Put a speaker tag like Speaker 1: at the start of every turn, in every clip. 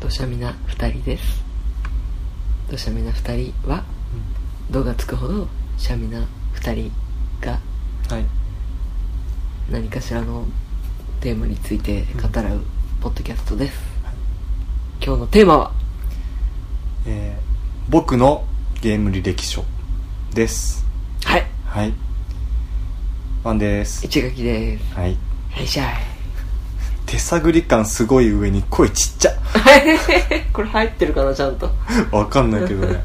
Speaker 1: 土砂みな2人です土砂みな2人は度がつくほどシャミな2人が
Speaker 2: はい
Speaker 1: 何かしらのテーマについて語らうポッドキャストです、今日のテーマは
Speaker 2: えー僕のゲーム履歴書です
Speaker 1: はい
Speaker 2: はいワンです
Speaker 1: 一垣です
Speaker 2: はい
Speaker 1: はいしゃい
Speaker 2: 手探り感すごい上に声ちっちゃ
Speaker 1: これ入ってるかなちゃんと
Speaker 2: わかんないけどね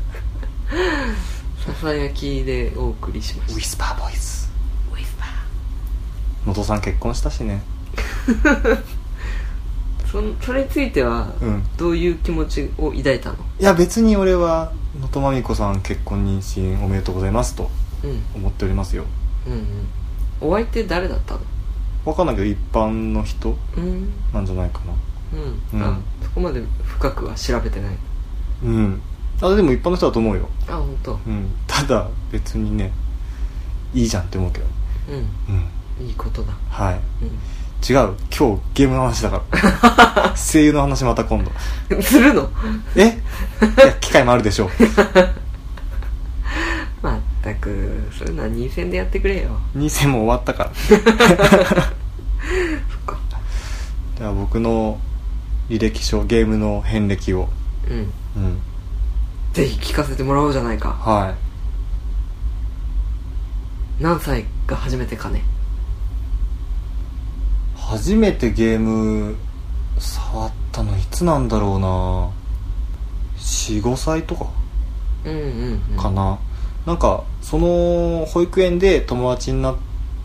Speaker 1: ささやきでお送りしま
Speaker 2: ウィ
Speaker 1: し
Speaker 2: スパーボイス
Speaker 1: たウィスパ
Speaker 2: のとさん結婚したしね
Speaker 1: ーそんそれについては、
Speaker 2: うん
Speaker 1: どういう気持ちを抱いたの
Speaker 2: いや別に俺は能登まみこさん結婚妊娠おめでとうございますと
Speaker 1: うん
Speaker 2: 思っておりますよ
Speaker 1: うんうんお相手誰だったの
Speaker 2: わかんないけど一般の人
Speaker 1: うん
Speaker 2: なんじゃないかな
Speaker 1: う、
Speaker 2: うんん
Speaker 1: あそこまで深くは調べてない
Speaker 2: うんあでも一般の人だと思うよ
Speaker 1: あ本当。
Speaker 2: うんただ別にねいいじゃんって思うけど
Speaker 1: う
Speaker 2: う
Speaker 1: ん
Speaker 2: ん
Speaker 1: いいことだ
Speaker 2: はい
Speaker 1: うん
Speaker 2: 違う今日ゲームの話だか ら声優の話また今度
Speaker 1: するの
Speaker 2: えいや機会もあるでしょう
Speaker 1: まったくそういうのは2戦でやってくれよ
Speaker 2: 2戦も終わったから
Speaker 1: そっか
Speaker 2: じゃあ僕の履歴書ゲームの遍歴を
Speaker 1: うん
Speaker 2: うん
Speaker 1: ぜひ聞かせてもらおうじゃないか
Speaker 2: は
Speaker 1: 何歳が初めてかね
Speaker 2: い初めてゲーム触ったのいつなんだろうな45歳とか
Speaker 1: うんうん、
Speaker 2: かな、なんかその保育園で友達になっ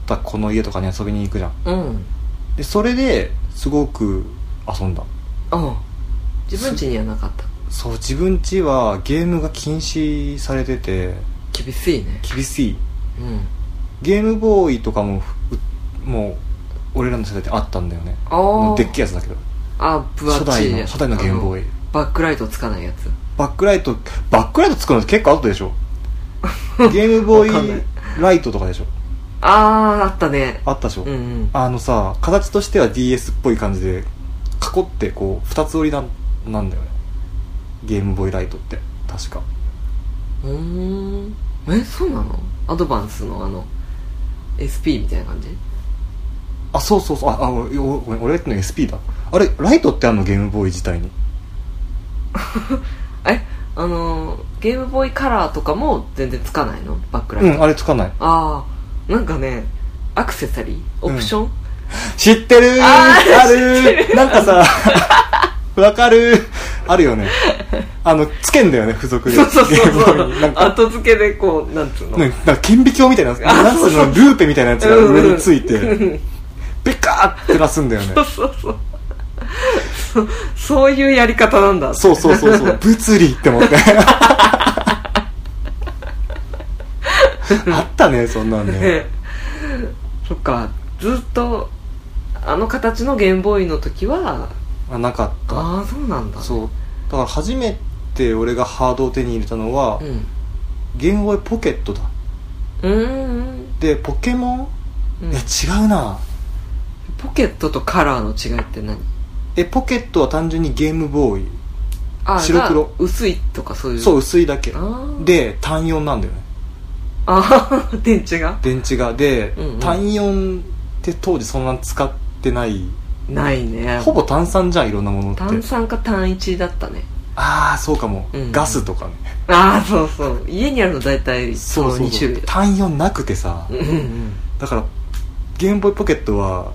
Speaker 2: た子の家とかに遊びに行くじゃん
Speaker 1: うん
Speaker 2: でそれですごく遊んだ
Speaker 1: ああ自分家にはなかった
Speaker 2: そう自分家はゲームが禁止されてて
Speaker 1: 厳しいね
Speaker 2: 厳しい
Speaker 1: うん
Speaker 2: ゲームボーイとかもうもう俺らの世代ってあったんだよね
Speaker 1: ああ
Speaker 2: でっけえやつだけど
Speaker 1: あ分厚
Speaker 2: 初代
Speaker 1: い
Speaker 2: の
Speaker 1: やつ
Speaker 2: 初代のゲームボー
Speaker 1: あ
Speaker 2: イ
Speaker 1: のバックライトつかないやつ
Speaker 2: バックライトバックライト作るの結構 後でしょゲームボ
Speaker 1: わかんな
Speaker 2: ー
Speaker 1: い
Speaker 2: イライトとかでしょ
Speaker 1: あああったね
Speaker 2: あったでしょ、
Speaker 1: うんうん
Speaker 2: あのさ形としては DS っぽい感じで囲ってこう二つ折りなんなんだよねゲームボーイライトって確か
Speaker 1: うーんえそうなのアドバンスのあの SP みたいな感じ
Speaker 2: あそうそうそうああおおごめん俺が言ってるの SP だあれライトってあんのゲームボーイ自体に
Speaker 1: えあのーゲームボーイカラーとかも全然つかないのバックライ
Speaker 2: う
Speaker 1: ト、
Speaker 2: んあれつかない
Speaker 1: ああなんかねアクセサリーオプション、
Speaker 2: 知ってるー
Speaker 1: あ
Speaker 2: あ
Speaker 1: ー
Speaker 2: るーなんかさわかるーあるよねあのつけんだよね付属で
Speaker 1: そうそうそう
Speaker 2: ゲームボ
Speaker 1: そ
Speaker 2: ーイになん
Speaker 1: う
Speaker 2: か
Speaker 1: 後付けでこうなんつうの、
Speaker 2: なんか顕微鏡みたいな
Speaker 1: あ
Speaker 2: なんつうのルーペみたいなやつが
Speaker 1: うんうん
Speaker 2: 上についてペカーって出すんだよね
Speaker 1: そうそうそうそうそういうやり方なんだ
Speaker 2: そうそうそうそう物理って思 ってあったねそんなんね
Speaker 1: そっかずっとあの形のゲームボーイの時は
Speaker 2: あなかっ
Speaker 1: ああそうなんだ
Speaker 2: たそうだから初めて俺がハードを手に入れたのは、
Speaker 1: うん
Speaker 2: ゲームボーイポケットだ
Speaker 1: うーん
Speaker 2: でポケモン、
Speaker 1: うん
Speaker 2: いや違うな
Speaker 1: ポケットとカラーの違いって何
Speaker 2: えポケットは単純にゲームボーイ、
Speaker 1: あ
Speaker 2: 白黒
Speaker 1: が薄いとかそういう
Speaker 2: そう薄いだけ
Speaker 1: あー
Speaker 2: で単4なんだよね
Speaker 1: あー 電池が
Speaker 2: 電池がで、
Speaker 1: うんうん
Speaker 2: 単4って当時そんな使ってない
Speaker 1: ないね
Speaker 2: ほぼ単3じゃんいろんなものって
Speaker 1: 単3か単1だったね
Speaker 2: ああそうかも、
Speaker 1: うん
Speaker 2: ガスとかね
Speaker 1: ああそうそう家にあるの大体その2種類だ
Speaker 2: 単4なくてさ
Speaker 1: うんうん
Speaker 2: だからゲームボーイポケットは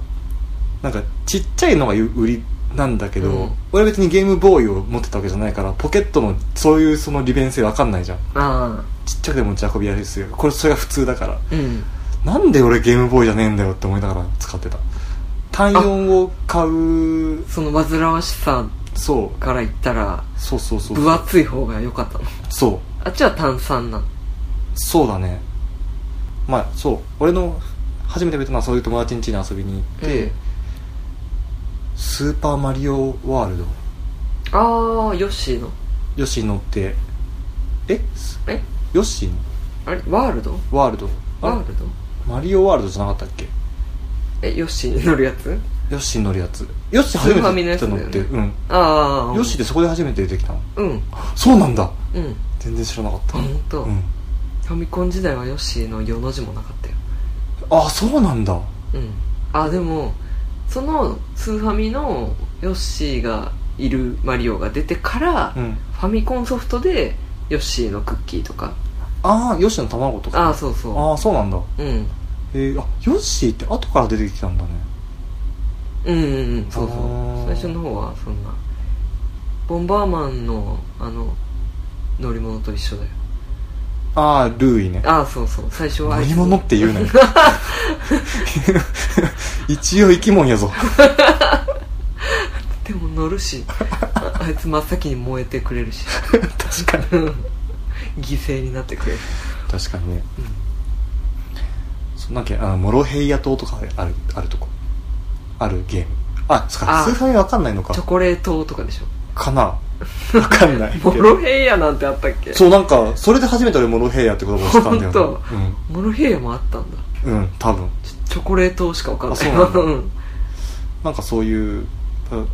Speaker 2: なんかちっちゃいのが売りなんだけど、
Speaker 1: うん
Speaker 2: 俺は別にゲームボーイを持ってたわけじゃないからポケットのそういうその利便性わかんないじゃん
Speaker 1: あ
Speaker 2: ちっちゃくて持ち運びやすいよこれそれが普通だから
Speaker 1: あうん
Speaker 2: なんで俺ゲームボーイじゃねえんだよって思いながら使ってた単4を買う
Speaker 1: その煩わしさ
Speaker 2: そう
Speaker 1: から言ったら
Speaker 2: そうそうそう
Speaker 1: 分厚い方が良かったの
Speaker 2: そう
Speaker 1: あっちは単3なの
Speaker 2: そうだねまあそう俺の初めて見たのはそういう友達ん家に遊びに行って、
Speaker 1: うん
Speaker 2: スーパーマリオワールド
Speaker 1: ああヨッシーの
Speaker 2: ヨッシー乗ってえす
Speaker 1: え
Speaker 2: ヨッシーの
Speaker 1: あれワールド
Speaker 2: ワールドあれ
Speaker 1: ワールド
Speaker 2: マリオワールドじゃなかったっけ
Speaker 1: えヨッシーに乗るやつ
Speaker 2: ヨッシーに乗るやつヨッシー初めて出てきたのっ
Speaker 1: ス
Speaker 2: て
Speaker 1: ーファミ
Speaker 2: う
Speaker 1: の
Speaker 2: ん
Speaker 1: ああ
Speaker 2: ヨッシーってそこで初めて出てきたの
Speaker 1: うん
Speaker 2: そうなんだ
Speaker 1: うん
Speaker 2: 全然知らなかった
Speaker 1: あ本当
Speaker 2: うん
Speaker 1: ファミコン時代はヨッシーの世の字もなかったよ
Speaker 2: あそうなんだ
Speaker 1: うんあでもそのスーファミのヨッシーがいるマリオが出てから、
Speaker 2: うん
Speaker 1: ファミコンソフトでヨッシーのクッキーとか
Speaker 2: ああヨッシーの卵とか
Speaker 1: ああそうそ
Speaker 2: ああそうなんだ
Speaker 1: ううん
Speaker 2: えー、あヨッシーって後から出てきたんだね
Speaker 1: うんうんうんそうそ
Speaker 2: あー
Speaker 1: う最初の方はそんなボンバーマンのあの乗り物と一緒だよ
Speaker 2: ああルーイね
Speaker 1: ああそうそう最初はあ
Speaker 2: 乗
Speaker 1: いつ
Speaker 2: り物って言うなよ 一応生き物やぞ
Speaker 1: でも乗るしああいつ真っ先に燃えてくれるし
Speaker 2: 確かに
Speaker 1: うん犠牲になってくれる
Speaker 2: 確かにね
Speaker 1: うん
Speaker 2: そんなんけあのモロヘイヤ島とかあるあるとこあるゲームあそっか
Speaker 1: あ
Speaker 2: スーファミわかんないのか
Speaker 1: チョコレートとかでしょ
Speaker 2: かなわかんないけど
Speaker 1: モロヘイヤなんてあったっけ
Speaker 2: そうなんかそれで初めて俺モロヘイヤって言葉を知ったんだよ
Speaker 1: ほモロヘイヤもあったんだ
Speaker 2: うん、うん、多分
Speaker 1: ちょチョコレートしかわかんない
Speaker 2: あそうなんだ
Speaker 1: ん
Speaker 2: なんかそういううん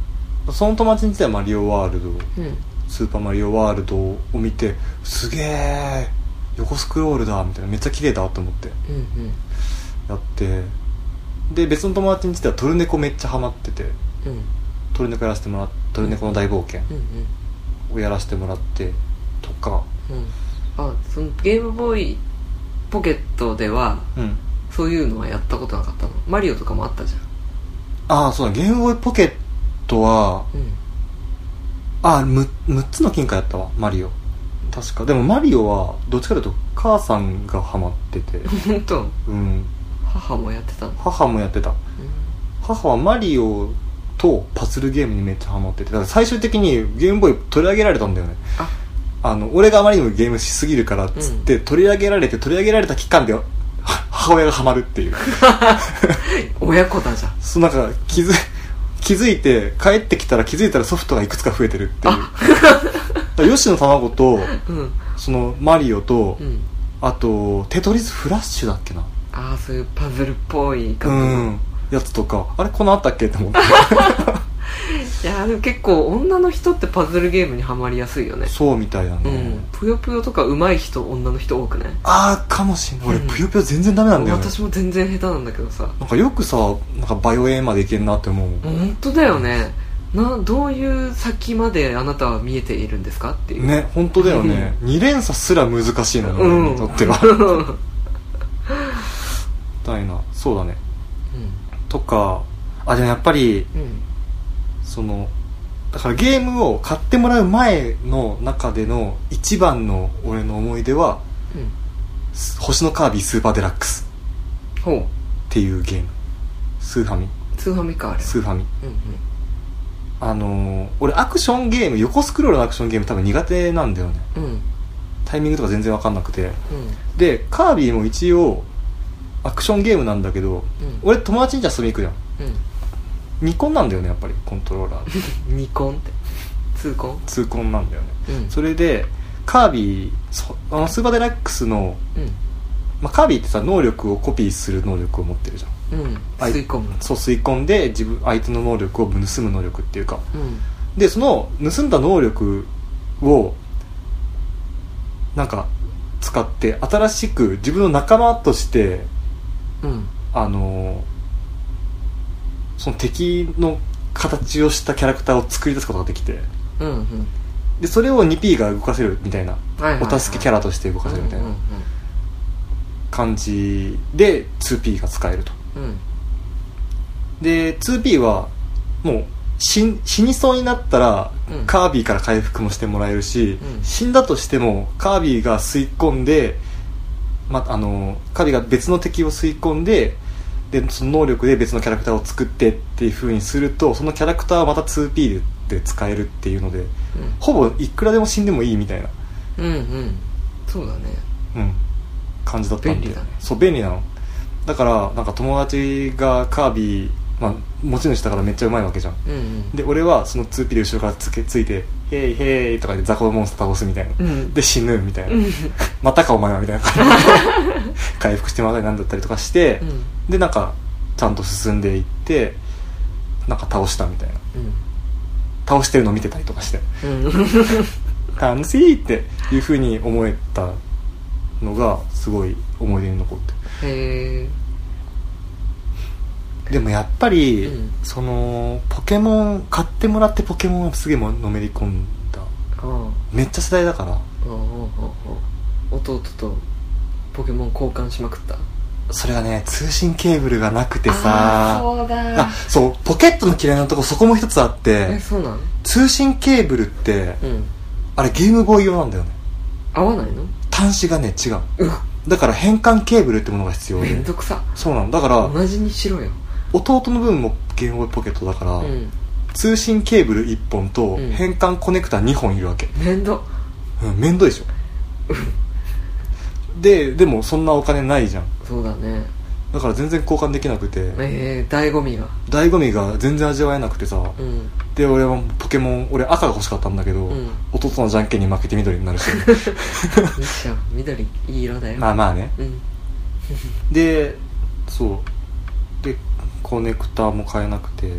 Speaker 2: その友達についてはマリオワールド
Speaker 1: うん
Speaker 2: スーパーマリオワールドを見てすげえ横スクロールだみたいなめっちゃ綺麗だと思って
Speaker 1: うんうん
Speaker 2: やってで別の友達についてはトルネコめっちゃハマってて
Speaker 1: うん
Speaker 2: トルネコやらせてもらっトルネコの大冒険
Speaker 1: うん
Speaker 2: をやらせてもらってとか
Speaker 1: うんうんあそのゲームボーイポケットでは
Speaker 2: うん
Speaker 1: そういうのはやったことなかったのマリオとかもあったじゃ
Speaker 2: ああそうだゲームボーイポケットは
Speaker 1: んうん
Speaker 2: ああ 6, つの金貨やったわマリオ確かでもマリオはどっちかというと母さんがハマって て
Speaker 1: 本当
Speaker 2: うん
Speaker 1: 母もやってたの
Speaker 2: 母もやってた母はマリオとパズルゲームにめっちゃハマっててだから最終的にゲームボーイ取り上げられたんだよね
Speaker 1: あ
Speaker 2: あの俺があまりにもゲームしすぎるからっつって、取り上げられて取り上げられた期間では母親がハマるっていう
Speaker 1: 親子だじゃん
Speaker 2: そうなんか気づ 気づいて帰ってきたら気づいたらソフトがいくつか増えてるっていうだから吉野卵と
Speaker 1: うん
Speaker 2: そのマリオと、
Speaker 1: うん
Speaker 2: あとテトリスフラッシュだっけな
Speaker 1: ああそういうパズルっぽい感
Speaker 2: う
Speaker 1: じ
Speaker 2: んやつとかあれこのあったっけって思って
Speaker 1: いやーでも結構女の人ってパズルゲームにはまりやすいよね
Speaker 2: そうみたいなね、
Speaker 1: うんぷよぷよとか上手い人女の人多くない
Speaker 2: ああかもしんない俺
Speaker 1: うん
Speaker 2: ぷよぷよ全然ダメなんだよね、
Speaker 1: 私も全然下手なんだけどさ
Speaker 2: なんかよくさなんかバイオエまでいけんなって思うもん
Speaker 1: 本当だよねなどういう先まであなたは見えているんですかっていう
Speaker 2: ね本当だよね2連鎖すら難しいの ね、
Speaker 1: うん
Speaker 2: 俺にとってはみたいなそうだね
Speaker 1: う
Speaker 2: とかあでもやっぱり
Speaker 1: んうん
Speaker 2: そのだからゲームを買ってもらう前の中での一番の俺の思い出は
Speaker 1: うん
Speaker 2: 「す星のカービィスーパーデラックス」
Speaker 1: ほ
Speaker 2: っていうゲームスーファミ
Speaker 1: う通販ミかあれ
Speaker 2: スーファミ
Speaker 1: うん
Speaker 2: あのー俺アクションゲーム横スクロールのアクションゲーム多分苦手なんだよね
Speaker 1: うんうん
Speaker 2: タイミングとか全然わかんなくて
Speaker 1: うん
Speaker 2: でカービィも一応アクションゲームなんだけど
Speaker 1: うん
Speaker 2: 俺友達ん家遊びに行くじゃん
Speaker 1: う
Speaker 2: ニコンなんだよねやっぱりコントローラ ー
Speaker 1: んニコンって通コン
Speaker 2: 痛恨なんだよね
Speaker 1: うん
Speaker 2: それでカービィそあのスーパーデラックスの、
Speaker 1: う
Speaker 2: まあ、カービィってさ能力をコピーする能力を持ってるじゃん
Speaker 1: んうん
Speaker 2: はい
Speaker 1: 吸い込む
Speaker 2: そう吸い込んで自分相手の能力を盗む能力っていうか
Speaker 1: うん
Speaker 2: でその盗んだ能力をなんか使って新しく自分の仲間として
Speaker 1: うん
Speaker 2: あのその敵の形をしたキャラクターを作り出すことができて
Speaker 1: うんうん
Speaker 2: でそれを 2P が動かせるみたいな
Speaker 1: はいはいはい
Speaker 2: お助けキャラとして動かせるみたい
Speaker 1: うん
Speaker 2: な感じで 2P が使えると
Speaker 1: うんうん
Speaker 2: で 2P はもう死死にそうになったら、
Speaker 1: うん
Speaker 2: カービィから回復もしてもらえるし、
Speaker 1: うん
Speaker 2: 死んだとしてもカービィが吸い込んで、ま、あのカービィが別の敵を吸い込んででその能力で別のキャラクターを作ってっていう風にするとそのキャラクターはまた 2P でで使えるっていうのでほぼいくらでも死んでもいいみたいな、
Speaker 1: うんうんうんそうだね
Speaker 2: うん、感じだったんで
Speaker 1: 便利だね
Speaker 2: そう便利なのだからなんか友達がカービィ、まあ、持ち主だからめっちゃうまいわけじゃん
Speaker 1: うんうん
Speaker 2: で俺はその 2P で後ろからつけついて「ヘイヘイ」とかで雑魚モンスター倒すみたいな、
Speaker 1: うん
Speaker 2: で死ぬみたいな、
Speaker 1: うん
Speaker 2: またかお前はみたいな感じで回復してもらったりなんだったりとかして、
Speaker 1: うん
Speaker 2: でなんかちゃんと進んでいってなんか倒したみたいな
Speaker 1: う
Speaker 2: 倒してるの見てたりとかして
Speaker 1: ん、うん、
Speaker 2: 楽しいっていうふうに思えたのがすごい思い出に残って
Speaker 1: へえ
Speaker 2: でもやっぱり、
Speaker 1: うん
Speaker 2: そのポケモン買ってもらってポケモンはすげえのめり込んだ
Speaker 1: ああ
Speaker 2: めっちゃ世代だから
Speaker 1: おうおうおうおう弟とポケモン交換しまくった
Speaker 2: それがね通信ケーブルがなくてさ
Speaker 1: あーそうだ
Speaker 2: あそうポケットの嫌いなとこそこも一つあっ
Speaker 1: え
Speaker 2: て
Speaker 1: そうなん
Speaker 2: 通信ケーブルって
Speaker 1: うん
Speaker 2: あれゲームボーイ用なんだよね
Speaker 1: 合わないの
Speaker 2: 端子がね違う
Speaker 1: うわ
Speaker 2: だから変換ケーブルってものが必要
Speaker 1: め
Speaker 2: で
Speaker 1: んどくさ
Speaker 2: そうなのだから
Speaker 1: 同じにしろよ
Speaker 2: 弟の分もゲームボーイポケットだから、
Speaker 1: うん
Speaker 2: 通信ケーブル1本と
Speaker 1: うん
Speaker 2: 変換コネクタ2本いるわけ、
Speaker 1: めんど
Speaker 2: うん、面倒でしょででもそんなお金ないじゃん
Speaker 1: そうだね
Speaker 2: だから全然交換できなくて
Speaker 1: ええ醍醐味が
Speaker 2: 醍醐味が全然味わえなくてさ、
Speaker 1: うん
Speaker 2: で俺はポケモン俺赤が欲しかったんだけど、
Speaker 1: うん
Speaker 2: 弟のじゃんけんに負けて緑に なるし
Speaker 1: よっしゃ緑いい色だよ、
Speaker 2: まあまあね
Speaker 1: うん
Speaker 2: でそうでコネクタも買えなくて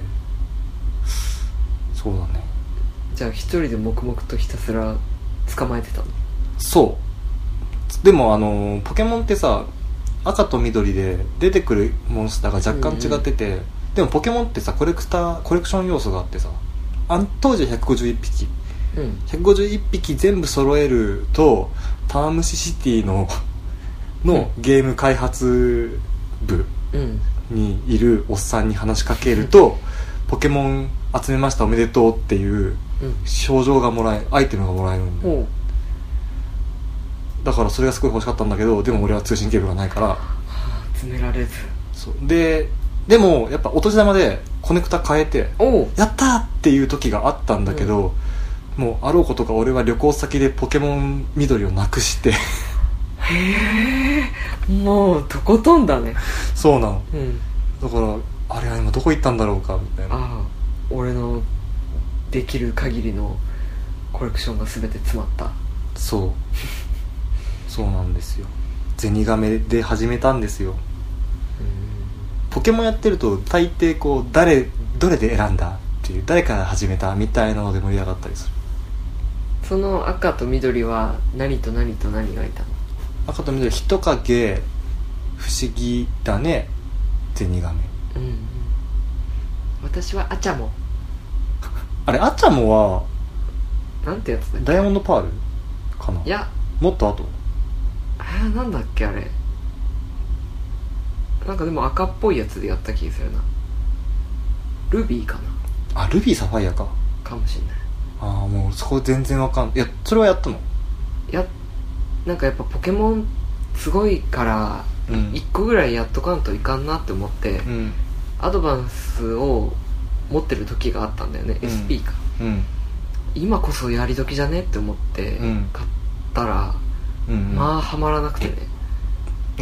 Speaker 2: そうだね
Speaker 1: じゃあ一人で黙々とひたすら捕まえてたの
Speaker 2: そうでもあのポケモンってさ赤と緑で出てくるモンスターが若干違ってて、でもポケモンってさコレクターコレクション要素があってさあん当時は151匹
Speaker 1: うん
Speaker 2: 151匹全部揃えるとタームシシティののゲーム開発部
Speaker 1: うん
Speaker 2: にいるおっさんに話しかけると「ポケモン集めましたおめでとう」っていう
Speaker 1: うん
Speaker 2: 賞状がもらえアイテムがもらえるんで
Speaker 1: おう
Speaker 2: だからそれがすごい欲しかったんだけどでも俺は通信ケーブルがないから
Speaker 1: はあ詰められず
Speaker 2: そうででもやっぱお年玉でコネクタ変えて
Speaker 1: おう
Speaker 2: やったーっていう時があったんだけど、もうあろうことか俺は旅行先でポケモン緑をなくして
Speaker 1: もうとことんだね
Speaker 2: そうなの
Speaker 1: うん
Speaker 2: だからあれは今どこ行ったんだろうかみたいな
Speaker 1: ああ俺のできる限りのコレクションが全て詰まった
Speaker 2: そうそうなんですよゼニガメで始めたんですよポケモンやってると大抵こう誰どれで選んだっていう誰から始めたみたいなので盛り上がったりする
Speaker 1: その赤と緑は何と何と何がいたの
Speaker 2: 赤と緑人影不思議だねゼニガメ
Speaker 1: うん、うん、私はアチャモ
Speaker 2: あれアチャモは
Speaker 1: なんてやつだっ
Speaker 2: ダイヤモンドパールかな
Speaker 1: けいや
Speaker 2: もっと後
Speaker 1: あーなんだっけあれなんかでも赤っぽいやつでやった気がするなルビーかな
Speaker 2: あルビーサファイアか
Speaker 1: かもしんない
Speaker 2: ああもうそこ全然わかんないいやそれはやったの
Speaker 1: いやなんかやっぱポケモンすごいから
Speaker 2: うん
Speaker 1: 1個ぐらいやっとかんといかんなって思って、
Speaker 2: うん
Speaker 1: アドバンスを持ってる時があったんだよね、
Speaker 2: うん
Speaker 1: SP か
Speaker 2: うん
Speaker 1: 今こそやり時じゃねって思って
Speaker 2: うん
Speaker 1: 買ったら、
Speaker 2: うんうん
Speaker 1: ま
Speaker 2: あ
Speaker 1: あハマらなくてね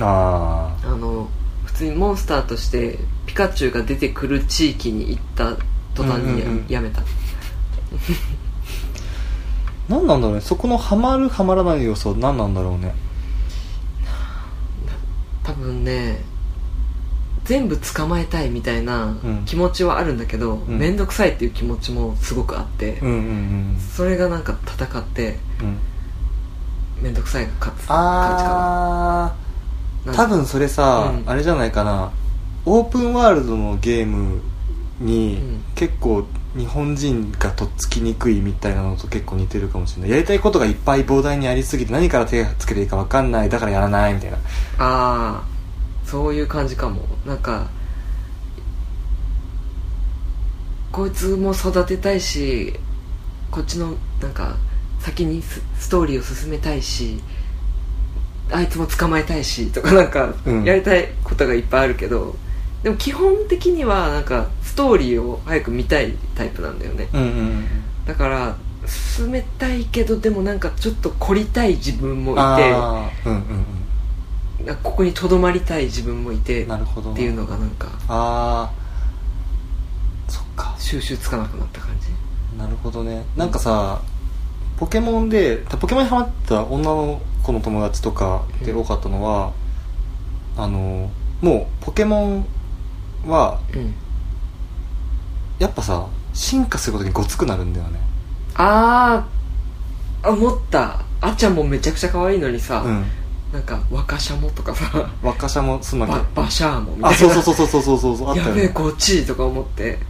Speaker 2: あ
Speaker 1: あの普通にモンスターとしてピカチュウが出てくる地域に行った途端にや,、
Speaker 2: うんうんうん
Speaker 1: めた
Speaker 2: 何なんだろうねそこのハマるハマらない要素は何なんだろうね
Speaker 1: 多分ね全部捕まえたいみたいな
Speaker 2: うん
Speaker 1: 気持ちはあるんだけど
Speaker 2: ん
Speaker 1: 面倒、くさいっていう気持ちもすごくあって、
Speaker 2: うんうん
Speaker 1: それがなんか戦って
Speaker 2: うんうん
Speaker 1: 面倒くさいが勝つ感じか
Speaker 2: あ
Speaker 1: な
Speaker 2: あ
Speaker 1: なんか
Speaker 2: 多分それさ、
Speaker 1: うん
Speaker 2: あれじゃないかなオープンワールドのゲームに、
Speaker 1: うん
Speaker 2: 結構日本人がとっつきにくいみたいなのと結構似てるかもしれないやりたいことがいっぱい膨大にありすぎて何から手つけていいか分かんないだからやらないみたいな
Speaker 1: ああそういう感じかもなんかこいつも育てたいしこっちのなんか先にスストーリーを進めたいしあいつも捕まえたいしとかなんか
Speaker 2: うん
Speaker 1: やりたいことがいっぱいあるけど、でも基本的にはなんかストーリーを早く見たいタイプなんだよね
Speaker 2: うんうん
Speaker 1: だから進めたいけどでもなんかちょっと凝りたい自分もいて
Speaker 2: ああうんうん
Speaker 1: なんかここにとどまりたい自分もいて
Speaker 2: うんなるほど
Speaker 1: っていうのがなんか
Speaker 2: ああそっか
Speaker 1: 収集つかなくなった感じ
Speaker 2: なるほどねなんかさポケモンでポケモンにハマってた女の子の友達とかで多かったのは、あのもうポケモンは
Speaker 1: うん
Speaker 2: やっぱさ進化することにごつくなるんだよね
Speaker 1: あーあ思ったあっちゃんもめちゃくちゃ可愛いのにさ、
Speaker 2: うん
Speaker 1: なんか若シャモとか さ
Speaker 2: 若者もつまり
Speaker 1: ババシャーモみたいな
Speaker 2: あそうそうそうそうそうそうそうあった
Speaker 1: や
Speaker 2: よ
Speaker 1: べえ
Speaker 2: ね
Speaker 1: こっちとか思って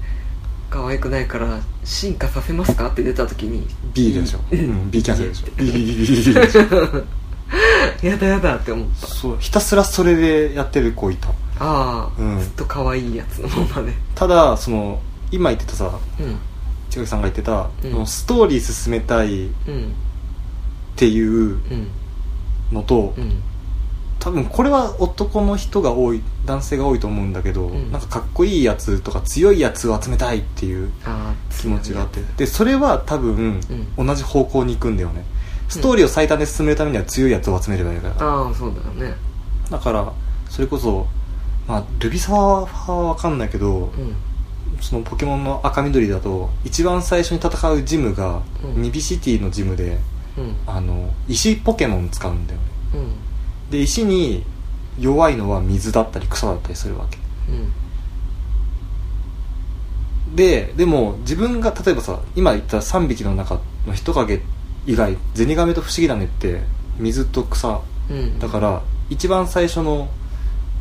Speaker 1: 可愛くないから進化させますかって出た時に
Speaker 2: B でしょ、
Speaker 1: う
Speaker 2: うんん、B キャンセルでしょ B B B B B でしょ
Speaker 1: やだやだって思った
Speaker 2: そうひたすらそれでやってる子いた
Speaker 1: ああ、
Speaker 2: うん
Speaker 1: ずっと可愛いやつのままで
Speaker 2: ただその今言ってたさ
Speaker 1: うん
Speaker 2: 千秋さんが言ってた、
Speaker 1: うん
Speaker 2: そのストーリー進めたいっ
Speaker 1: うん
Speaker 2: ていう
Speaker 1: うん
Speaker 2: のと、
Speaker 1: うん
Speaker 2: 多分これは男の人が多い男性が多いと思うんだけど、
Speaker 1: うん
Speaker 2: なんかかっこいいやつとか強いやつを集めたいっていう
Speaker 1: ああ
Speaker 2: 気持ちがあってでそれは多分、
Speaker 1: う
Speaker 2: 同じ方向に行くんだよねストーリーを最短で進めるためには強いやつを集めればいいから、
Speaker 1: ああそうだよね
Speaker 2: だからそれこそまあルビサワは分かんないけど、
Speaker 1: うん
Speaker 2: そのポケモンの赤緑だと一番最初に戦うジムが、
Speaker 1: うん
Speaker 2: ニビシティのジムで
Speaker 1: うん
Speaker 2: あの石ポケモン使うんだよね
Speaker 1: うん
Speaker 2: で石に弱いのは水だったり草だったりするわけ
Speaker 1: うん
Speaker 2: ででも自分が例えばさ今言った3匹の中の人影以外ゼニガメと不思議だねって水と草
Speaker 1: うん
Speaker 2: だから一番最初の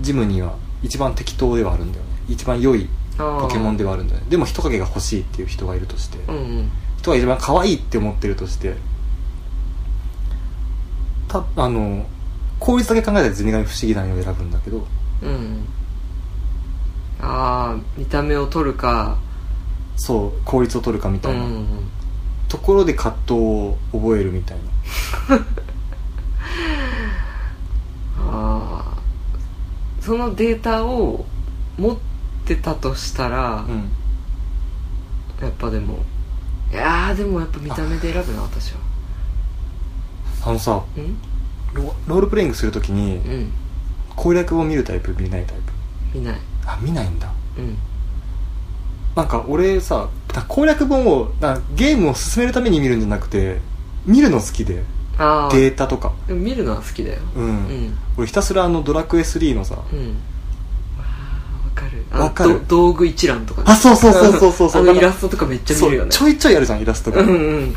Speaker 2: ジムには一番適当ではあるんだよね一番良い
Speaker 1: ああ
Speaker 2: ポケモンではあるんだよねでも人影が欲しいっていう人がいるとして、
Speaker 1: うんうん
Speaker 2: 人が一番可愛いって思ってるとしてたあの効率だけ考えたらゼニガメ不思議なのを選ぶんだけど
Speaker 1: うんああ見た目を取るか
Speaker 2: そう効率を取るかみ
Speaker 1: う
Speaker 2: たいな、
Speaker 1: ん
Speaker 2: ところで葛藤を覚えるみたいな
Speaker 1: ああそのデータを持ってたとしたら、
Speaker 2: うん
Speaker 1: やっぱでもいやーでもやっぱ見た目で選ぶな私は
Speaker 2: あのさ
Speaker 1: うん
Speaker 2: ロロールプレイングするときに
Speaker 1: うん
Speaker 2: 攻略を見るタイプ見ないタイプ
Speaker 1: 見ない
Speaker 2: あ見ないんだ
Speaker 1: うん
Speaker 2: なんか俺さだ攻略本をだゲームを進めるために見るんじゃなくて見るの好きで
Speaker 1: ああ
Speaker 2: データとか
Speaker 1: でも見るのは好きだよ
Speaker 2: うん、
Speaker 1: うん
Speaker 2: 俺ひたすらあのドラクエ3のさ、
Speaker 1: うんあーわかるあ
Speaker 2: わかる
Speaker 1: ど道具一覧とかね
Speaker 2: あそうそうそうそうそうそう
Speaker 1: あのイラストとかめっちゃ見るよね
Speaker 2: そうちょいちょいあるじゃんイラストが、
Speaker 1: うんうん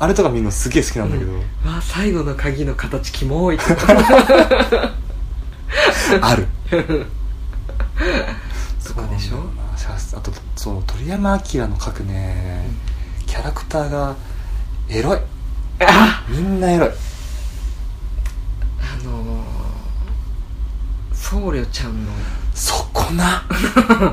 Speaker 2: あれとか見るのすげえ好きなんだけど、
Speaker 1: わあ最後の鍵の形キモいとか
Speaker 2: ある
Speaker 1: とかでしょ
Speaker 2: そうなんだよなしゃあとそう鳥山明の描くね、キャラクターがエロい
Speaker 1: あ
Speaker 2: みんなエロい
Speaker 1: あのー、僧侶ちゃんの
Speaker 2: そこ な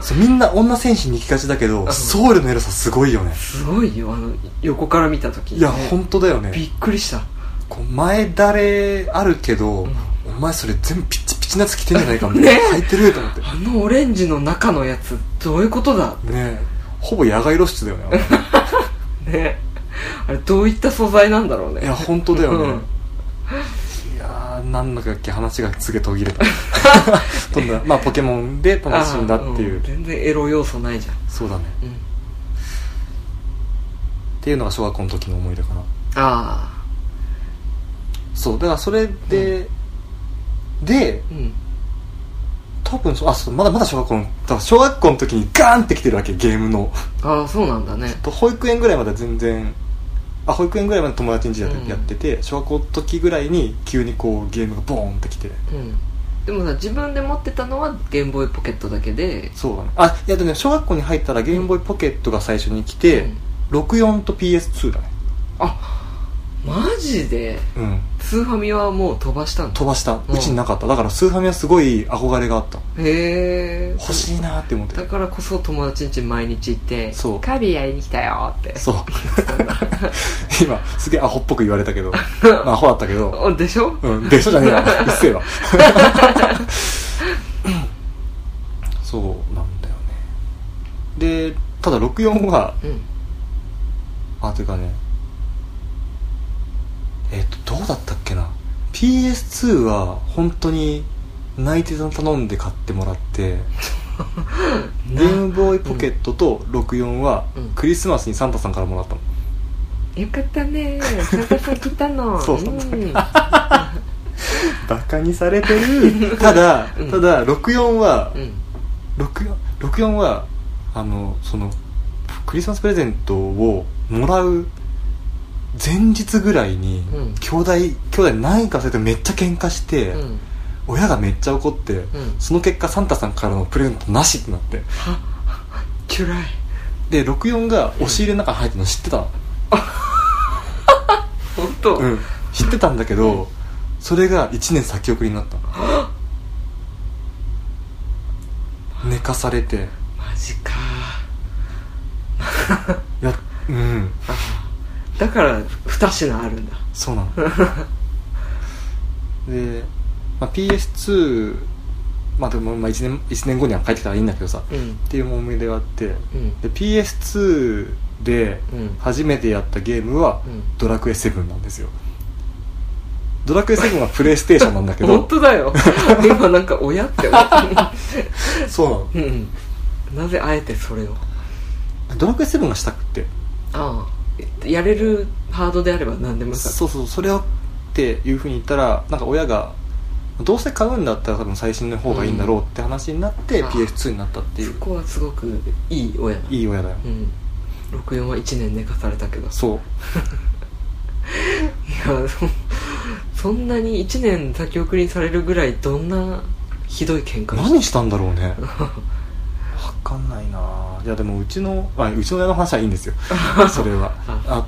Speaker 2: そうみんな女戦士に行きがちだけど
Speaker 1: ん
Speaker 2: ソウルのエロさすごいよね
Speaker 1: すごいよあの横から見た時に
Speaker 2: いや
Speaker 1: ね
Speaker 2: 本当だよ
Speaker 1: び
Speaker 2: ね
Speaker 1: っくりした
Speaker 2: こう前誰あるけど、
Speaker 1: うん
Speaker 2: お前それ全部ピッチピチなやつ着てんじゃないかみたいな、
Speaker 1: ね
Speaker 2: 履いてると思ってね
Speaker 1: あのオレンジの中のやつどういうことだ
Speaker 2: えほぼ野外露出だよねあ
Speaker 1: ねあれどういった素材なんだろう
Speaker 2: れ
Speaker 1: ね
Speaker 2: いや本当だよね、
Speaker 1: うん
Speaker 2: いやーなんだかっけ話がすげえ途切 れたどんなまあポケモンで楽しんだっていう、
Speaker 1: あーん全然エロ要素ないじゃん、
Speaker 2: そうだね
Speaker 1: うん、
Speaker 2: っていうのが小学校の時の思い出かな
Speaker 1: あ
Speaker 2: そうだからそれで、で
Speaker 1: あうん
Speaker 2: 多分そうあそうまだまだ小学校のだから小学校の時にガーンってきてるわけゲームの
Speaker 1: ああそうなんだね
Speaker 2: と保育園ぐらいまで全然あ保育園ぐらいまで友達ん家やって,、
Speaker 1: うん
Speaker 2: やってて小学校の時ぐらいに急にこうゲームがボーンってきて
Speaker 1: うんでもさ自分で持ってたのはゲームボーイポケットだけで
Speaker 2: そうだねあいやでもね小学校に入ったらゲームボーイポケットが最初に来て、64と PS2 だね
Speaker 1: あマジで
Speaker 2: うん
Speaker 1: スーファミはもう飛ばしたんだ
Speaker 2: 飛ばした
Speaker 1: うん
Speaker 2: うちになかっただからスーファミはすごい憧れがあった
Speaker 1: へえ
Speaker 2: 欲しいなーって思って
Speaker 1: だからこそ友達ん家毎日行って
Speaker 2: そう
Speaker 1: カビやりに来たよ」って
Speaker 2: そう 今すげえアホっぽく言われたけどまあアホだったけど
Speaker 1: おでしょ
Speaker 2: うんでしょじゃねえわうっせえわそうなんだよねでただ64は
Speaker 1: うん
Speaker 2: あというかねえっ、とどうだったっけな PS2 は本当に内定さん頼んで買ってもら ってゲームボーイポケットと64は
Speaker 1: うん
Speaker 2: クリスマスにサンタさんからもらったの、
Speaker 1: よかったねサンタさん来たの
Speaker 2: そうそう
Speaker 1: うん、
Speaker 2: バカにされてる ただ、
Speaker 1: うん
Speaker 2: ただ64は
Speaker 1: うん
Speaker 2: 64, 64はあのそのクリスマスプレゼントをもらう前日ぐらいに、
Speaker 1: うん
Speaker 2: 兄弟兄弟何か忘れてめっちゃ喧嘩して、
Speaker 1: うん
Speaker 2: 親がめっちゃ怒って、
Speaker 1: ん
Speaker 2: その結果サンタさんからのプレゼントなしってなって
Speaker 1: は嫌い
Speaker 2: で64が押し入れの中に入ってるの知ってたの、
Speaker 1: 本当、
Speaker 2: うん、知ってたんだけど、それが1年先送りになったの寝かされて
Speaker 1: マジか
Speaker 2: やうん
Speaker 1: だから2品あるんだ
Speaker 2: そうな ので、まあ、PS2 まあでもまあ 1, 年1年後には帰ってきたらいいんだけどさっ
Speaker 1: うん
Speaker 2: ていう思い出があって
Speaker 1: うん
Speaker 2: で PS2 で
Speaker 1: うん
Speaker 2: 初めてやったゲームは
Speaker 1: うん
Speaker 2: 「ドラクエ7」なんですよドラクエ7はプレイステーションなんだけ
Speaker 1: 本
Speaker 2: ど
Speaker 1: 当だ よ今なんか親って思った
Speaker 2: そうなの
Speaker 1: うんなぜあえてそれを
Speaker 2: ドラクエ7がしたくって
Speaker 1: ああやれるハードであれば何でもよかった
Speaker 2: そうそうそれをっていうふうに言ったらなんか親がどうせ買うんだったら多分最新の方がいいんだろうって話になって
Speaker 1: うん
Speaker 2: PS2 になったってい
Speaker 1: そうこはすごくいい親だ
Speaker 2: いい親だよ
Speaker 1: うん64は1年寝かされたけどい
Speaker 2: そう
Speaker 1: やそそんなに1年先送りにされるぐらいどんなひどい喧嘩を
Speaker 2: 何したんだろうねわかんないないやでもうちのあうちの親の話はいいんですよ それはあ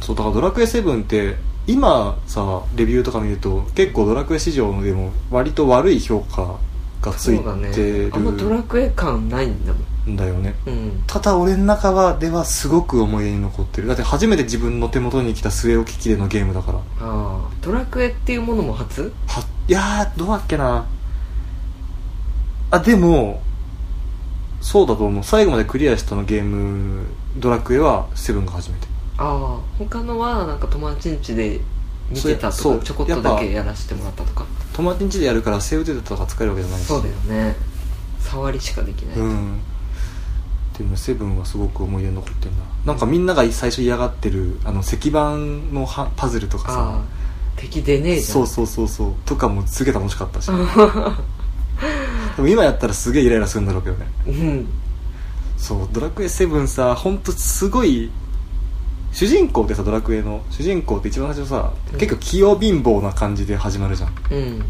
Speaker 2: そうだから「ドラクエ7」って今さレビューとか見ると結構ドラクエ市場でも割と悪い評価がつい
Speaker 1: そうだね
Speaker 2: て
Speaker 1: あんまドラ
Speaker 2: る
Speaker 1: クエ感ないんだもん
Speaker 2: んだよね
Speaker 1: うん
Speaker 2: ただ俺の中はではすごく思い出に残ってるだって初めて自分の手元に来た末置き機でのゲームだから
Speaker 1: ああドラクエっていうものも初
Speaker 2: はいやーどうだっけなあでもそうだと思う最後までクリアしたのゲームドラクエは7が初めて
Speaker 1: ああ他のはなんか友達ん家で見てた
Speaker 2: そ
Speaker 1: と
Speaker 2: う
Speaker 1: かちょこっとだけやらせてもらったとか
Speaker 2: 友達ん家でやるからセーブデータとか使えるわけじゃないし
Speaker 1: そうだよね触りしかできない、
Speaker 2: うんでも7はすごく思い出に残ってるななんかみんなが最初嫌がってるあの石板のはパズルとか
Speaker 1: ああ
Speaker 2: さ
Speaker 1: 敵出ねえじゃ
Speaker 2: そ
Speaker 1: ん
Speaker 2: うそうそうそうとかもすげえ楽しか ったしでも今やったらすげえイライラするんだろうけどね
Speaker 1: うん
Speaker 2: そう「ドラクエ7さ」ほんとすごい主人公ってさドラクエの主人公って一番最初さ、
Speaker 1: うん
Speaker 2: 結構器用貧乏な感じで始まるじゃん
Speaker 1: うん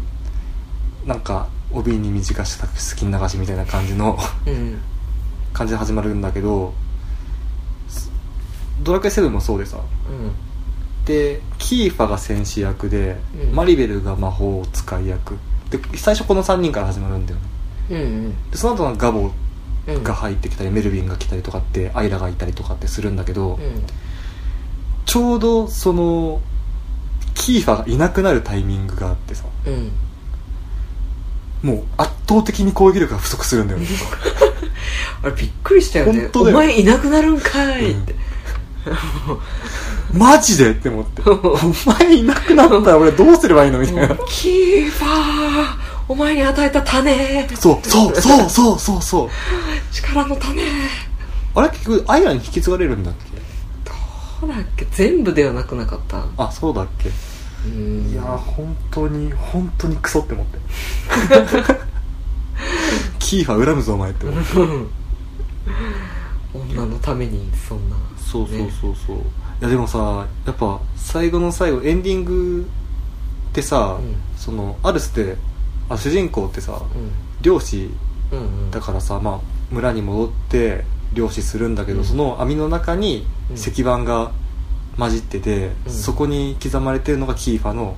Speaker 2: なんか帯に短したくスキン流しみたいな感じの
Speaker 1: うん
Speaker 2: 感じで始まるんだけどすドラクエ7もそうでさ
Speaker 1: うん
Speaker 2: でキーファが戦士役で、
Speaker 1: うん
Speaker 2: マリベルが魔法使い役で最初この3人から始まるんだよ
Speaker 1: う
Speaker 2: ね
Speaker 1: ん
Speaker 2: でその後なんかガボ
Speaker 1: うんうん
Speaker 2: が入ってきたり、メルビンが来たりとかってアイラがいたりとかってするんだけど、
Speaker 1: うん
Speaker 2: ちょうどそのキーファがいなくなるタイミングがあってさ
Speaker 1: うん
Speaker 2: もう圧倒的に攻撃力が不足するん だよね
Speaker 1: あれびっくりしたよね
Speaker 2: 本当だよ
Speaker 1: お前いなくなるんかいって、
Speaker 2: マジでって思ってお前いなくなったら俺どうすればいいのみたいな
Speaker 1: もうキーファーお前に与えた種
Speaker 2: そうそうそうそうそうそう
Speaker 1: 力の種
Speaker 2: あれ結局アイラに引き継がれるんだっけ
Speaker 1: ほらっけ全部ではなくなかった
Speaker 2: あそうだっけ
Speaker 1: うん
Speaker 2: いやー本当に本当にクソって思って キーファ恨むぞお前って思って
Speaker 1: 女のためにそんな
Speaker 2: そうそうそうそう、いやでもさやっぱ最後の最後エンディングってさ、
Speaker 1: うん
Speaker 2: そのアルスってあ主人公ってさ
Speaker 1: う
Speaker 2: 漁師
Speaker 1: んうんうん
Speaker 2: だからさ、まあ、村に戻って漁師するんだけど、
Speaker 1: うん
Speaker 2: その網の中に
Speaker 1: うん
Speaker 2: 石板が混じってて、
Speaker 1: うん
Speaker 2: そこに刻まれてるのがキーファの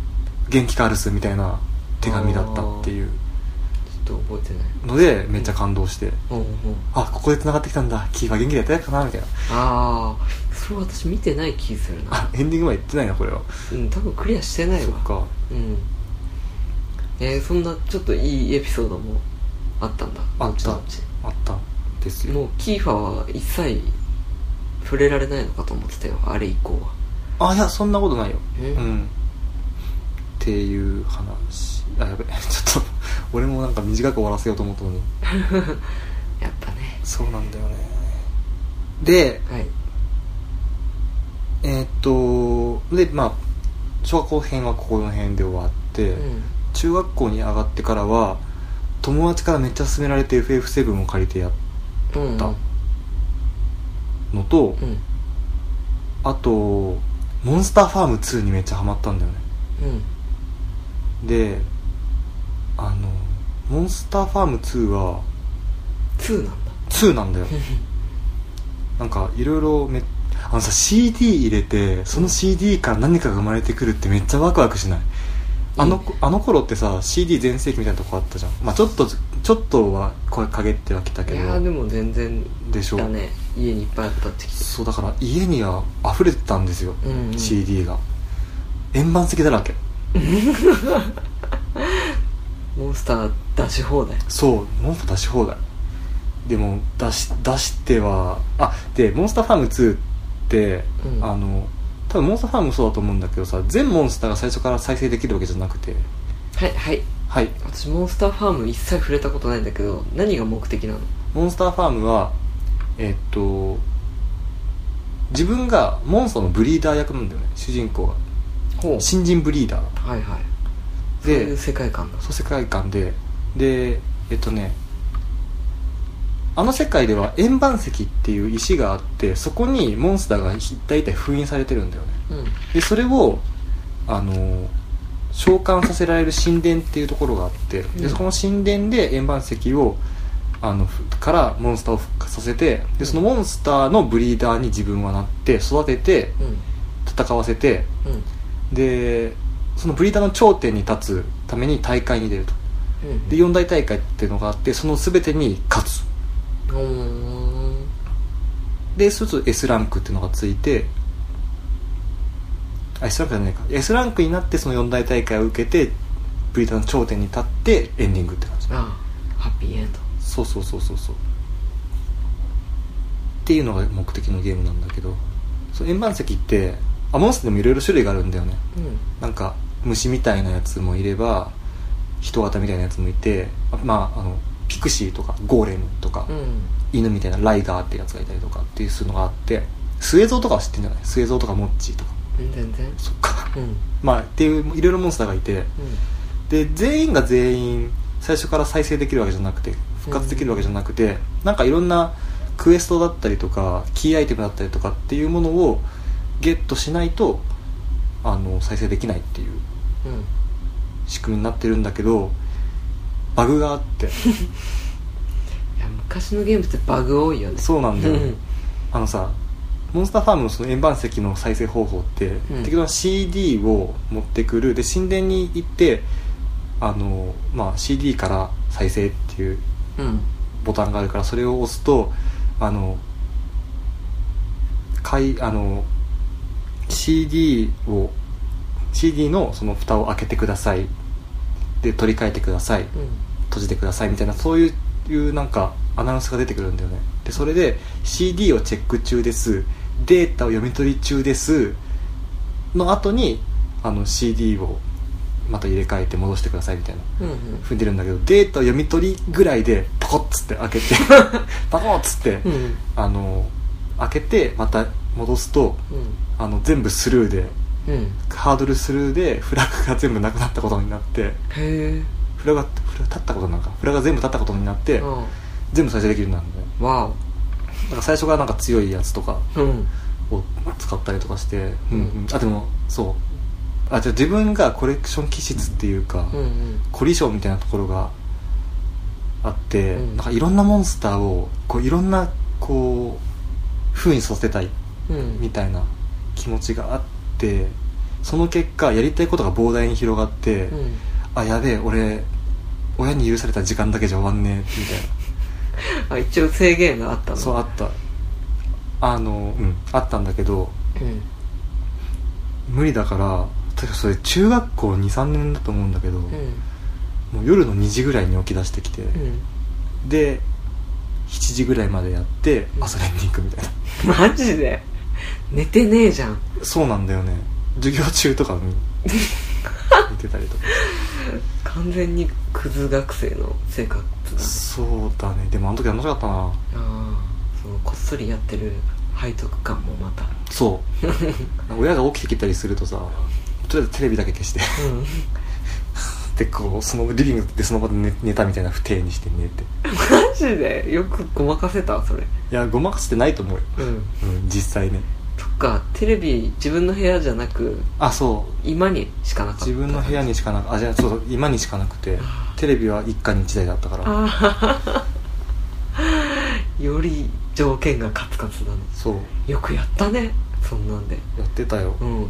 Speaker 2: 「元気かアルス」みたいな手紙だったっていう
Speaker 1: ちょっと覚えてない
Speaker 2: のでめっちゃ感動して、
Speaker 1: うんうん
Speaker 2: あここで繋がってきたんだキーファ元気でやってないかなみたいな
Speaker 1: ああそれ私見てない気するな
Speaker 2: あエンディングまで言ってないなこれは
Speaker 1: うん多分クリアしてない
Speaker 2: そ
Speaker 1: わ
Speaker 2: っか
Speaker 1: うんえー、そんなちょっといいエピソードもあったんだ
Speaker 2: あった
Speaker 1: 後々
Speaker 2: あったんですよ
Speaker 1: もうキーファは一切触れられないのかと思ってたよあれ以降は
Speaker 2: あいやそんなことないよ
Speaker 1: え
Speaker 2: うんっていう話あやべ ちょっと俺もなんか短く終わらせようと思ったのに
Speaker 1: やっぱね
Speaker 2: そうなんだよねで
Speaker 1: はい
Speaker 2: えーっとでまあ小学校編はここの辺で終わって、
Speaker 1: うん
Speaker 2: 中学校に上がってからは友達からめっちゃ勧められて FF7 を借りてやっ
Speaker 1: うん
Speaker 2: たのと、
Speaker 1: うん
Speaker 2: あと「モンスターファーム2」にめっちゃハマったんだよね
Speaker 1: うん
Speaker 2: であの「モンスターファーム2」は
Speaker 1: 2なん だ
Speaker 2: 2なんだよなんかいろいろめあのさ CD 入れてその CD から何かが生まれてくるってめっちゃワクワクしないあのこあの頃ってさ CD 全盛期みたいなとこあったじゃんまあちょっとちょっとは声かげってはきたけ
Speaker 1: いやー
Speaker 2: ど
Speaker 1: でも全然
Speaker 2: でしょ
Speaker 1: だね家にいっぱいあったってきて
Speaker 2: そうだから家には溢れてたんですよ、
Speaker 1: うんうん
Speaker 2: CD が円盤石だらけ
Speaker 1: モンスター出し放題
Speaker 2: そうモンスター出し放題でも出し出してはあで「モンスターファーム2」って、
Speaker 1: うん
Speaker 2: あの多分モンスターファームもそうだと思うんだけどさ全モンスターが最初から再生できるわけじゃなくて
Speaker 1: はいはい
Speaker 2: はい
Speaker 1: 私モンスターファーム一切触れたことないんだけど何が目的なの
Speaker 2: モンスターファームはえっと自分がモンスターのブリーダー役なんだよね主人公が
Speaker 1: ほう
Speaker 2: 新人ブリーダー
Speaker 1: はいはいそう
Speaker 2: で
Speaker 1: いう世界観だ
Speaker 2: そう世界観ででえっとねあの世界では円盤石っていう石があってそこにモンスターが一体一体封印されてるんだよね
Speaker 1: うん
Speaker 2: でそれをあの召喚させられる神殿っていうところがあって
Speaker 1: う
Speaker 2: で
Speaker 1: ん
Speaker 2: そこの神殿で円盤石をあのふからモンスターを復活させてでそのモンスターのブリーダーに自分はなって育てて戦わせて
Speaker 1: うんうん
Speaker 2: でそのブリーダーの頂点に立つために大会に出ると
Speaker 1: うん
Speaker 2: で四大大会っていうのがあってその全てに勝つ
Speaker 1: うーん
Speaker 2: でそうすると S ランクっていうのがついてあ S ランクじゃないか S ランクになってその四大大会を受けてブリタの頂点に立ってエンディングって感じ
Speaker 1: ああハッピーエンド
Speaker 2: そうそうそうそうそうっていうのが目的のゲームなんだけどそう円盤石ってあモンスターでもいろいろ種類があるんだよね
Speaker 1: うん
Speaker 2: なんか虫みたいなやつもいれば人型みたいなやつもいてあまああのピクシーとかゴーレムとか、
Speaker 1: うん
Speaker 2: 犬みたいなライガーってやつがいたりとかっていうのがあってスエゾウとかは知ってんじゃないスエゾウとかモッチーとか
Speaker 1: 全然
Speaker 2: そっか
Speaker 1: うん
Speaker 2: まあっていういろいろモンスターがいて
Speaker 1: う
Speaker 2: で全員が全員最初から再生できるわけじゃなくて復活できるわけじゃなくて、なんかいろんなクエストだったりとかキーアイテムだったりとかっていうものをゲットしないとあの再生できないっていうん
Speaker 1: うん
Speaker 2: 仕組みになってるんだけどバグがあって
Speaker 1: いや昔のゲームってバグ多いよね
Speaker 2: そうなんだよ、
Speaker 1: うん
Speaker 2: あのさモンスターファームのその円盤石の再生方法って、
Speaker 1: ん
Speaker 2: 適当な CD を持ってくるで神殿に行ってあの、まあ、CD から再生っていう
Speaker 1: うん
Speaker 2: ボタンがあるからそれを押すとあのかいあの CD を CD のその蓋を開けてくださいで取り替えてください
Speaker 1: うん
Speaker 2: 閉じてくださいみたいなそういういうなんかアナウンスが出てくるんだよねでそれで CD をチェック中ですデータを読み取り中ですの後にあの CD をまた入れ替えて戻してくださいみたいな
Speaker 1: うんうん
Speaker 2: 踏んでるんだけどデータを読み取りぐらいでパコッつって開けて パコッつって、
Speaker 1: うん
Speaker 2: あの開けてまた戻すと
Speaker 1: う
Speaker 2: あの全部スルーで
Speaker 1: んうん
Speaker 2: ハードルスルーでフラグが全部なくなったことになって
Speaker 1: へ
Speaker 2: フラグがフラ立ったことなんかフラグが全部立ったことになって、
Speaker 1: えうん
Speaker 2: 全部再生できるようになるんで
Speaker 1: わ
Speaker 2: なんか最初からなんか強いやつとか
Speaker 1: おうん
Speaker 2: を使ったりとかして、
Speaker 1: う
Speaker 2: うんんうん、あでもそうあじゃあ自分がコレクション気質っていうか、
Speaker 1: うんうん
Speaker 2: コリションみたいなところがあって、
Speaker 1: うん
Speaker 2: なんかいろんなモンスターをこういろんなこう風にさせたい
Speaker 1: うん
Speaker 2: みたいな気持ちがあってその結果やりたいことが膨大に広がって、
Speaker 1: うん
Speaker 2: あやべえ俺親に許された時間だけじゃ終わんねえみたいな
Speaker 1: あ一応制限があったの
Speaker 2: そうあったあのうんあったんだけど
Speaker 1: うん
Speaker 2: 無理だから確かそれ中学校23年だと思うんだけど、
Speaker 1: うん
Speaker 2: もう夜の2時ぐらいに起き出してきて、
Speaker 1: うん
Speaker 2: で7時ぐらいまでやって
Speaker 1: うん
Speaker 2: 朝練に行くみたい な、
Speaker 1: マジで寝てねえじゃん
Speaker 2: そうなんだよね授業中とか に見てたりとか
Speaker 1: 完全にクズ学生の生活だ
Speaker 2: そうだねでもあの時楽しかったな
Speaker 1: ああそのこっそりやってる背徳感もまた
Speaker 2: そう 親が起きてきたりするとさとりあえずテレビだけ消して
Speaker 1: うん
Speaker 2: ってこうそのリビングでその場で寝寝たみたいな不定にして寝て
Speaker 1: マジでよくごまかせたそれ
Speaker 2: いやごまかしてないと思うよ、
Speaker 1: うん
Speaker 2: うん、実際ね
Speaker 1: そっかテレビ自分の部屋じゃなく
Speaker 2: あそう
Speaker 1: 居間にしかなかった
Speaker 2: 自分の部屋にしかなくあじゃあそうそう今にしかなくてテレビは一家に一台だったから
Speaker 1: あはは より条件がカツカツだね
Speaker 2: そう
Speaker 1: よくやったねそんなんで
Speaker 2: やってたよ
Speaker 1: うん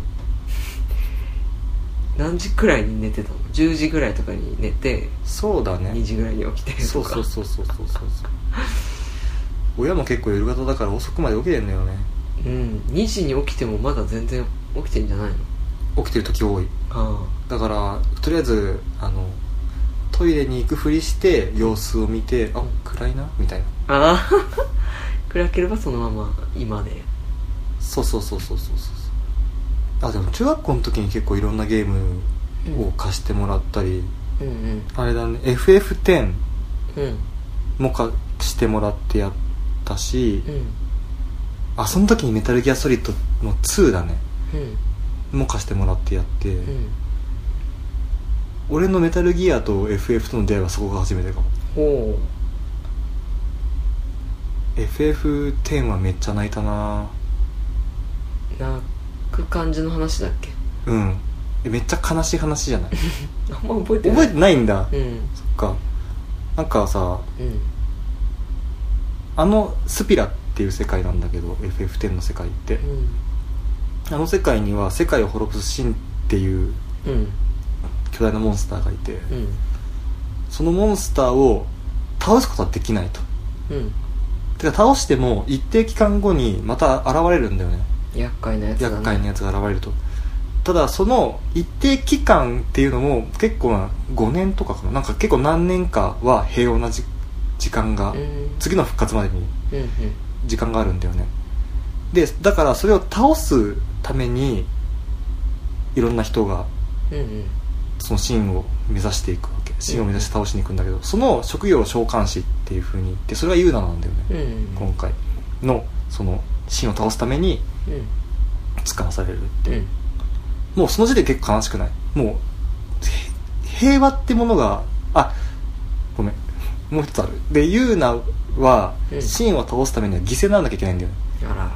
Speaker 1: 何時くらいに寝てたの10時ぐらいとかに寝て
Speaker 2: そうだね
Speaker 1: 2時ぐらいに起きてとか
Speaker 2: そうそうそうそうそうそうそう親も結構夜型だから遅くまで起きてんだよね
Speaker 1: うん2時に起きてもまだ全然起きてんじゃないの
Speaker 2: 起きてる時多い
Speaker 1: あ
Speaker 2: だからとりあえずあのトイレに行くふりして様子を見てあ暗いなみたいな
Speaker 1: あああ 暗ければそのまま今で
Speaker 2: そうそうそうそうそうそうあでも中学校の時に結構いろんなゲームを貸してもらったり、
Speaker 1: うんうん
Speaker 2: あれだね FF10
Speaker 1: うん
Speaker 2: も貸してもらってやったし、
Speaker 1: うん
Speaker 2: あその時にメタルギアソリッドの2だね
Speaker 1: うん
Speaker 2: も貸してもらってやって、
Speaker 1: うん
Speaker 2: 俺のメタルギアと FF との出会いはそこが初めてかも
Speaker 1: ほ
Speaker 2: FF10 はめっちゃ泣いたな
Speaker 1: う泣く感じの話だっけ
Speaker 2: うんえめっちゃ悲しい話じゃない
Speaker 1: あんま覚えてな
Speaker 2: 覚
Speaker 1: い
Speaker 2: えてないんだ、
Speaker 1: うん
Speaker 2: そっかなんかさ
Speaker 1: うん
Speaker 2: あのスピラっていう世界なんだけど FF10 の世界って、あの世界には世界を滅ぼすシンっていう
Speaker 1: うんうん
Speaker 2: 巨大なモンスターがいて、
Speaker 1: うん
Speaker 2: そのモンスターを倒すことはできないと
Speaker 1: うん
Speaker 2: てか倒しても一定期間後にまた現れるんだよね
Speaker 1: 厄介なやつだ、ね、
Speaker 2: 厄介なやつが現れるとただその一定期間っていうのも結構な5年とかかななんか結構何年かは平穏なじ時間が、
Speaker 1: うん
Speaker 2: 次の復活までに
Speaker 1: うんうん
Speaker 2: 時間があるんだよねでだからそれを倒すためにいろんな人が
Speaker 1: うん
Speaker 2: その芯を目指していくわけ芯を目指して倒しに行くんだけど、その職業を召喚師っていうふうに言ってそれがユーナなんだよね、
Speaker 1: うんうん
Speaker 2: 今回のその芯を倒すために
Speaker 1: うん
Speaker 2: 使わされるって、
Speaker 1: うん
Speaker 2: もうその時点で結構悲しくないもうへ平和ってものがあごめんもう一つあるでユーナは
Speaker 1: うん
Speaker 2: 芯を倒すためには犠牲にならなきゃいけないんだよね
Speaker 1: あ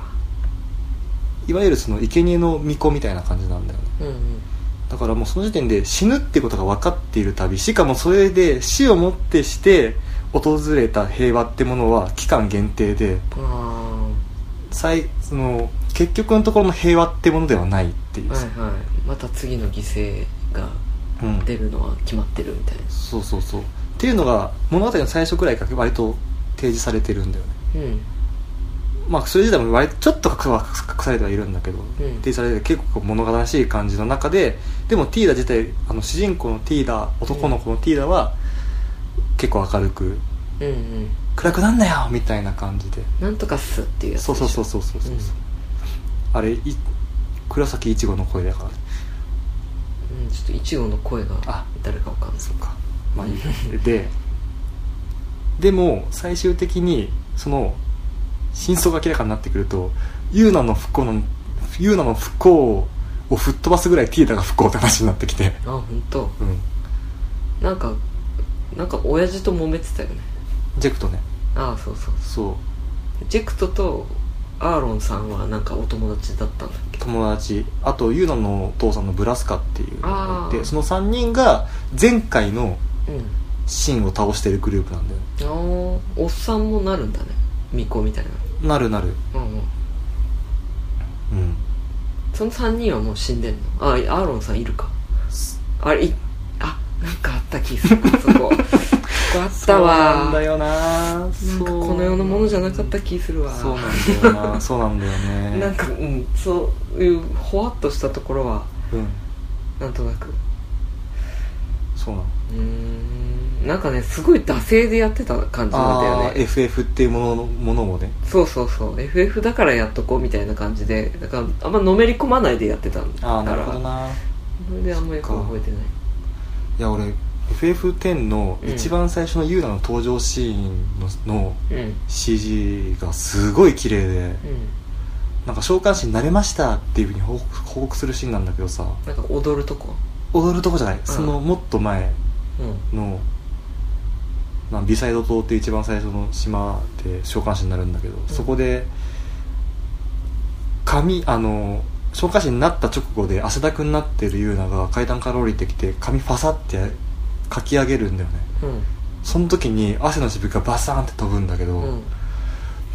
Speaker 2: いわゆるその生贄の巫女みたいな感じなんだよね
Speaker 1: らうんうん
Speaker 2: だからもうその時点で死ぬってことが分かっているたびしかもそれで死をもってして訪れた平和ってものは期間限定で
Speaker 1: あ
Speaker 2: 最その結局のところの平和ってものではないっていう、
Speaker 1: あはいはいまた次の犠牲が
Speaker 2: うん、
Speaker 1: 出るのは決まってるみたいな
Speaker 2: そうそうそうっていうのが物語の最初くらいから割と提示されてるんだよね
Speaker 1: うん
Speaker 2: まあそれ自体も割とちょっと隠は隠されてはいるんだけど、提示されて結構物悲しい感じの中ででもティーダ自体あの主人公のティーダ男の子のティーダは結構明るく
Speaker 1: うんうん
Speaker 2: 「暗くなんなよ!」みたいな感じで
Speaker 1: なんとかっすっていうやつ
Speaker 2: そうそうそううそうそうそう、
Speaker 1: うん
Speaker 2: あれい黒崎いちごの声だからね
Speaker 1: うんちょっとイチゴの声が
Speaker 2: あ
Speaker 1: 誰かわかんない
Speaker 2: そうかまあいいやででも最終的にその真相が明らかになってくるとユーナの不幸のユーナの不幸を吹っ飛ばすぐらいティーダが不幸って話になってきて
Speaker 1: あ本当。
Speaker 2: うん
Speaker 1: なんかなんか親父と揉めてたよね
Speaker 2: ジェクトね
Speaker 1: ああそうそう
Speaker 2: そう
Speaker 1: ジェクトとアーロンさんはなんかお友達だったんだっけ
Speaker 2: 友達あとユーナのお父さんのブラスカっていうのがい
Speaker 1: あ
Speaker 2: て
Speaker 1: ー
Speaker 2: その3人が前回の
Speaker 1: うん
Speaker 2: シンを倒してるグループなんだよ
Speaker 1: ああおっさんもなるんだね巫女みたい
Speaker 2: なるなる
Speaker 1: なうんうん
Speaker 2: うん
Speaker 1: その3人はもう死んでんのあアーロンさんいるか
Speaker 2: そ
Speaker 1: あれいあなんかあった気する そこそこあった
Speaker 2: そうな
Speaker 1: わ
Speaker 2: んだよな
Speaker 1: なんかこの世のものじゃなかった気するわ
Speaker 2: そうなんだ よなそうなんだよね
Speaker 1: なんかうんそういうほわっとしたところは
Speaker 2: うん
Speaker 1: なんとなく
Speaker 2: そうなの
Speaker 1: うーんなんかねすごい惰性でやってた感じなんだよ
Speaker 2: あ
Speaker 1: ね
Speaker 2: あー FF っていうもののものをね
Speaker 1: そうそうそう FF だからやっとこうみたいな感じでだからあんまのめり込まないでやってたんだから
Speaker 2: ああなるほどな
Speaker 1: それであんまよく覚えてない
Speaker 2: いや俺 FF10 の一番最初のユーナの登場シーンの,、の
Speaker 1: うん
Speaker 2: CG がすごい綺麗で
Speaker 1: うん
Speaker 2: なんか召喚師になれましたっていうふうに報告報告するシーンなんだけどさ
Speaker 1: なんか踊るとこ
Speaker 2: 踊るとこじゃない、
Speaker 1: ん
Speaker 2: そのもっと前
Speaker 1: うん
Speaker 2: の、まあ、ビサイド島って一番最初の島で召喚師になるんだけど、そこで髪あの召喚師になった直後で汗だくになってるユーナが階段から降りてきて髪ファサってかき上げるんだよねその時に汗のしぶきがバサーンって飛ぶんだけど、
Speaker 1: うんうん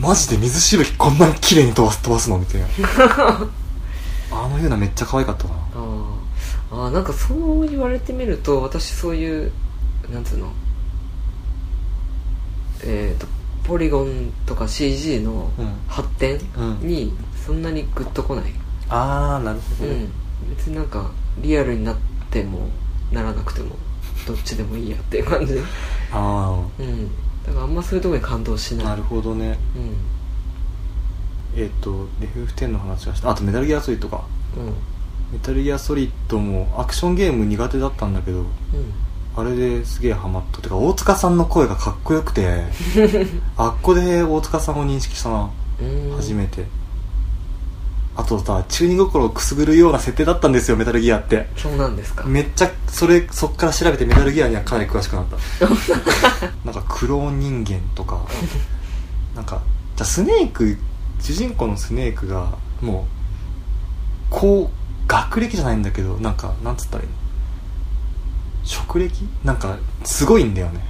Speaker 2: マジで水しぶきこんなに綺麗に飛ばす飛ばすのみ たいなあのユーナめっちゃ可愛かったな
Speaker 1: あーあーなんかそう言われてみると私そういうなんつうのえっ、とポリゴンとか CG の
Speaker 2: うん
Speaker 1: 発展
Speaker 2: うん
Speaker 1: にそんなにグッとこない、
Speaker 2: ああなるほ
Speaker 1: うん別になんかリアルになってもならなくてもどっちでもいいやっていう感じ、うん、
Speaker 2: あ
Speaker 1: だからあんまそういうとこに感動し
Speaker 2: あ
Speaker 1: ない
Speaker 2: なるほどね
Speaker 1: うん
Speaker 2: えっ、とデフフ10の話がしたあとメタルギアソリッドか
Speaker 1: うん
Speaker 2: メタルギアソリッドもアクションゲーム苦手だったんだけど
Speaker 1: うん
Speaker 2: あれですげえハマったてか大塚さんの声がかっこよくてあっこで大塚さんを認識したな
Speaker 1: うん
Speaker 2: 初めてあとさ中二心をくすぐるような設定だったんですよメタルギアって
Speaker 1: そうなんですか
Speaker 2: めっちゃそれそっから調べてメタルギアにはかなり詳しくなった なんかクローン人間とか なんかじゃあスネーク主人公のスネークがもうこう学歴じゃないんだけどなんかなんつったらいいの職歴なんかすごいんだよね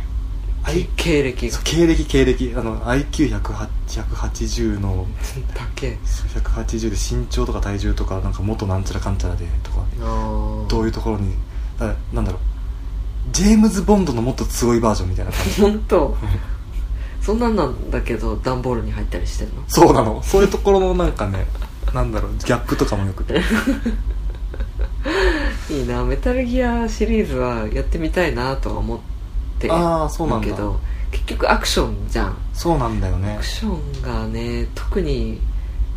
Speaker 2: あい
Speaker 1: 経歴が
Speaker 2: そう経歴経歴あの IQ180 の
Speaker 1: だけ
Speaker 2: 180で身長とか体重とかなんか元なんちゃらかんちゃらでとか
Speaker 1: ああ
Speaker 2: どういうところにだなんだろうジェームズ・ボンドのもっとすごいバージョンみたいな感じ
Speaker 1: 本当そんなんなんだけど段ボールに入ったりしてんの
Speaker 2: そうなのそういうところのなんかねなんだろうギャップとかもよくて
Speaker 1: いいなメタルギアシリーズはやってみたいなとは思ってる
Speaker 2: ああそうなんだ
Speaker 1: けど結局アクションじゃん
Speaker 2: そうなんだよ
Speaker 1: ア
Speaker 2: ね
Speaker 1: クションがね特に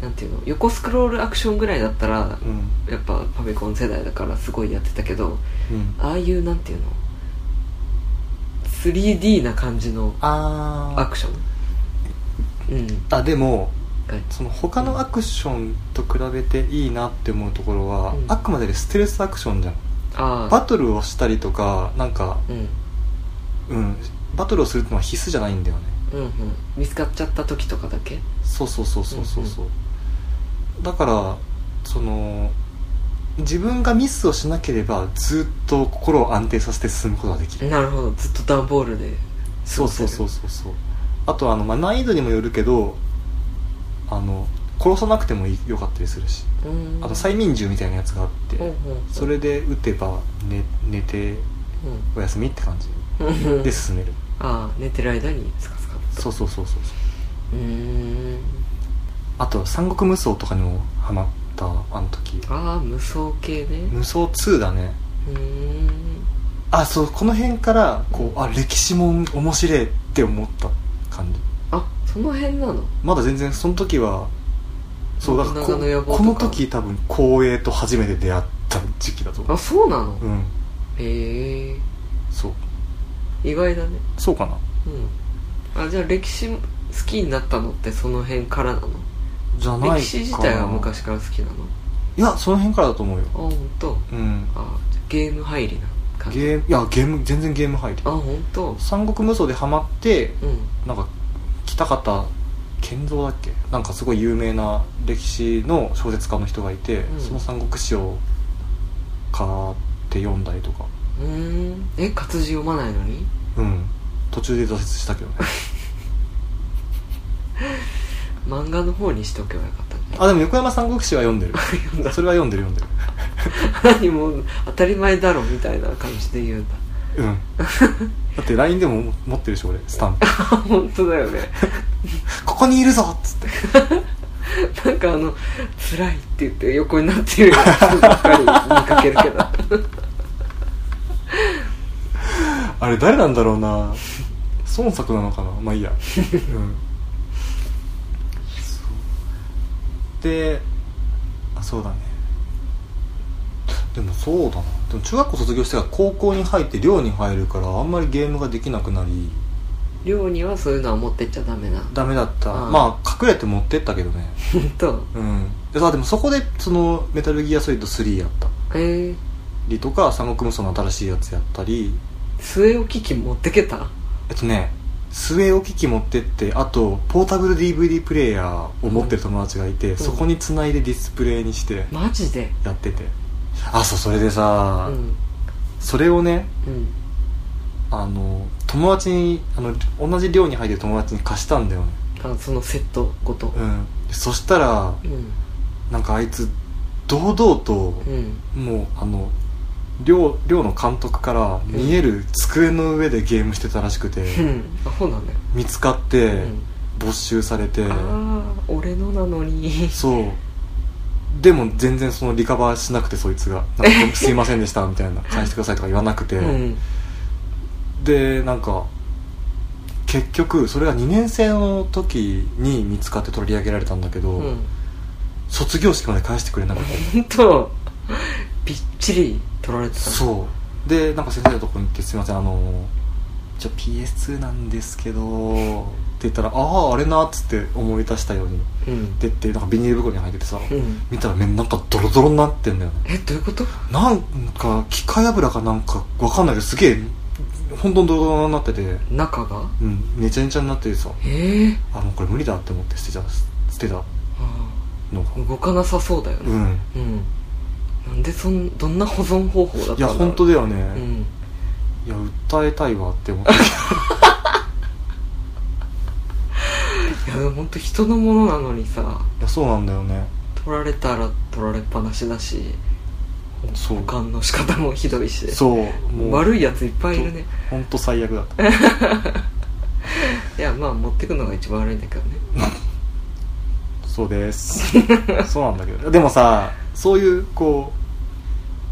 Speaker 1: なんていうの横スクロールアクションぐらいだったら
Speaker 2: うん
Speaker 1: やっぱファミコン世代だからすごいやってたけど
Speaker 2: うん
Speaker 1: ああいうなんていうの 3D な感じの
Speaker 2: あ
Speaker 1: アクションうん
Speaker 2: ああでも
Speaker 1: が
Speaker 2: その他のアクションと比べていいなって思うところは、
Speaker 1: うん
Speaker 2: あくまでステルスアクションじゃん
Speaker 1: あ
Speaker 2: バトルをしたりとかなんか
Speaker 1: うんうん
Speaker 2: うんバトルをするってのは必須じゃないんだよね
Speaker 1: うん見つかっちゃった時とかだけ
Speaker 2: そうそうそうそうそうそう、だからその自分がミスをしなければずっと心を安定させて進むことができる
Speaker 1: なるほどずっと段ボールで
Speaker 2: そうそうそうそうそうあとはあの、まあ、難易度にもよるけどあの殺さなくてもいいよかったりするし
Speaker 1: うーん
Speaker 2: あと催眠銃みたいなやつがあって、
Speaker 1: うんうん
Speaker 2: それで撃てば寝寝てお休みって感じ
Speaker 1: うんうん
Speaker 2: で進める、
Speaker 1: ああ寝てる間にスカスカっと
Speaker 2: そうそうそうそうそう
Speaker 1: うーん
Speaker 2: あと三国無双とかにもハマったあの時
Speaker 1: ああ無双系ね
Speaker 2: 無双2だね
Speaker 1: うーん
Speaker 2: あそうこの辺からこうあ歴史も面白いって思った感じ
Speaker 1: あその辺なの
Speaker 2: まだ全然その時はそうだからこ
Speaker 1: 信長の野望とか
Speaker 2: この時多分光栄と初めて出会った時期だと思
Speaker 1: あそうなの
Speaker 2: ううん
Speaker 1: へえ
Speaker 2: そう
Speaker 1: 意外だね
Speaker 2: そうかな
Speaker 1: うんあじゃあ歴史好きになったのってその辺からなの
Speaker 2: じゃないかな
Speaker 1: 歴史自体は昔から好きなの
Speaker 2: いやその辺からだと思うよ
Speaker 1: あ本当。
Speaker 2: うん
Speaker 1: あじゃあゲーム入りな感じ
Speaker 2: ゲームいやゲーム全然ゲーム入り
Speaker 1: あ本当。
Speaker 2: 三国無双でハマって
Speaker 1: うん
Speaker 2: なんか北方建造だっけなんかすごい有名な歴史の小説家の人がいて、
Speaker 1: うん
Speaker 2: その三国志を買って読んだりとか
Speaker 1: うーんえ活字読まないのに
Speaker 2: うん途中で挫折したけどね
Speaker 1: 漫画の方にしておけばよかったんだ
Speaker 2: あでも横山三国志は読んでる
Speaker 1: 読んだ
Speaker 2: それは読んでる読んでる
Speaker 1: 何もう当たり前だろみたいな感じで言うんだ
Speaker 2: うん だって LINE でも持ってるし俺スタンプ
Speaker 1: あ本当だよね
Speaker 2: ここにいるぞっつって
Speaker 1: なんかあの「辛い」って言って横になってるやつばっかり見かけるけど
Speaker 2: あれ誰なんだろうな孫作なのかなまあい いやうんそうであそうだねでもそうだなでも中学校卒業してから高校に入って寮に入るからあんまりゲームができなくなり
Speaker 1: 寮にはそういうのは持ってっちゃダメな
Speaker 2: ダメだった
Speaker 1: ああ
Speaker 2: まあ隠れて持ってったけどね
Speaker 1: 本当
Speaker 2: うんでさでもそこでそのメタルギアソリッド3やった
Speaker 1: えー、
Speaker 2: りとか三国無双の新しいやつやったり
Speaker 1: 末置き機持ってけた
Speaker 2: えっとね末置き機持ってってあとポータブル DVD プレイヤーを持ってる友達がいて、
Speaker 1: ん
Speaker 2: そこにつないでディスプレイにして
Speaker 1: マジで
Speaker 2: やってて、あそうそれで
Speaker 1: う
Speaker 2: さ、
Speaker 1: ん
Speaker 2: それをね
Speaker 1: うん
Speaker 2: あの友達にあの同じ寮に入ってる友達に貸したんだよね、
Speaker 1: あそのセットごと
Speaker 2: うん、でそしたら
Speaker 1: うん
Speaker 2: なんかあいつ堂々と、
Speaker 1: うん
Speaker 2: もうあの寮寮の監督から見える机の上でゲームしてたらしくて、
Speaker 1: うんあそうなんだよ
Speaker 2: 見つかっ
Speaker 1: う
Speaker 2: て
Speaker 1: ん
Speaker 2: 没収されて、
Speaker 1: ああ俺のなのに
Speaker 2: そうでも全然そのリカバーしなくてそいつが「なん かすいませんでした」みたいな「返してください」とか言わなくて、
Speaker 1: うん
Speaker 2: でなんか結局それが2年生の時に見つかって取り上げられたんだけど、
Speaker 1: うん
Speaker 2: 卒業式まで返してくれなかった
Speaker 1: 本当びっちり取られてたう
Speaker 2: そうでなんか先生のとこに行って「すいませんあのじゃ PS2 なんですけど」って言ったら「あああれな」っつって思い出したように
Speaker 1: うん
Speaker 2: でってなんかビニール袋に入っててさ、
Speaker 1: うん
Speaker 2: 見たら面なんかドロドロになってんだよね
Speaker 1: えどういうこと
Speaker 2: なんか機械油かなんかわかんないけどすげえ本当にドロドロになってて
Speaker 1: 中が
Speaker 2: うんめちゃめちゃになっててさ
Speaker 1: ええー
Speaker 2: あもうこれ無理だって思って捨てちゃ捨てた
Speaker 1: あ
Speaker 2: の
Speaker 1: あ
Speaker 2: が
Speaker 1: 動かなさそうだよ
Speaker 2: う
Speaker 1: ね
Speaker 2: ん
Speaker 1: うん、なんでそんどんな保存方法だったん
Speaker 2: い
Speaker 1: だ
Speaker 2: や
Speaker 1: ろう
Speaker 2: 本当だよね、
Speaker 1: うん
Speaker 2: いや訴えたいわって思 って
Speaker 1: いやでも本当人のものなのにさ
Speaker 2: いやそうなんだよね
Speaker 1: 取られたら取られっぱなしだし
Speaker 2: そう
Speaker 1: 保管の仕方もひどいし
Speaker 2: そう
Speaker 1: 悪いやついっぱいいるね
Speaker 2: 本当最悪だった
Speaker 1: いやまあ持ってくのが一番悪いんだけどね
Speaker 2: そうです そうなんだけどでもさそういうこ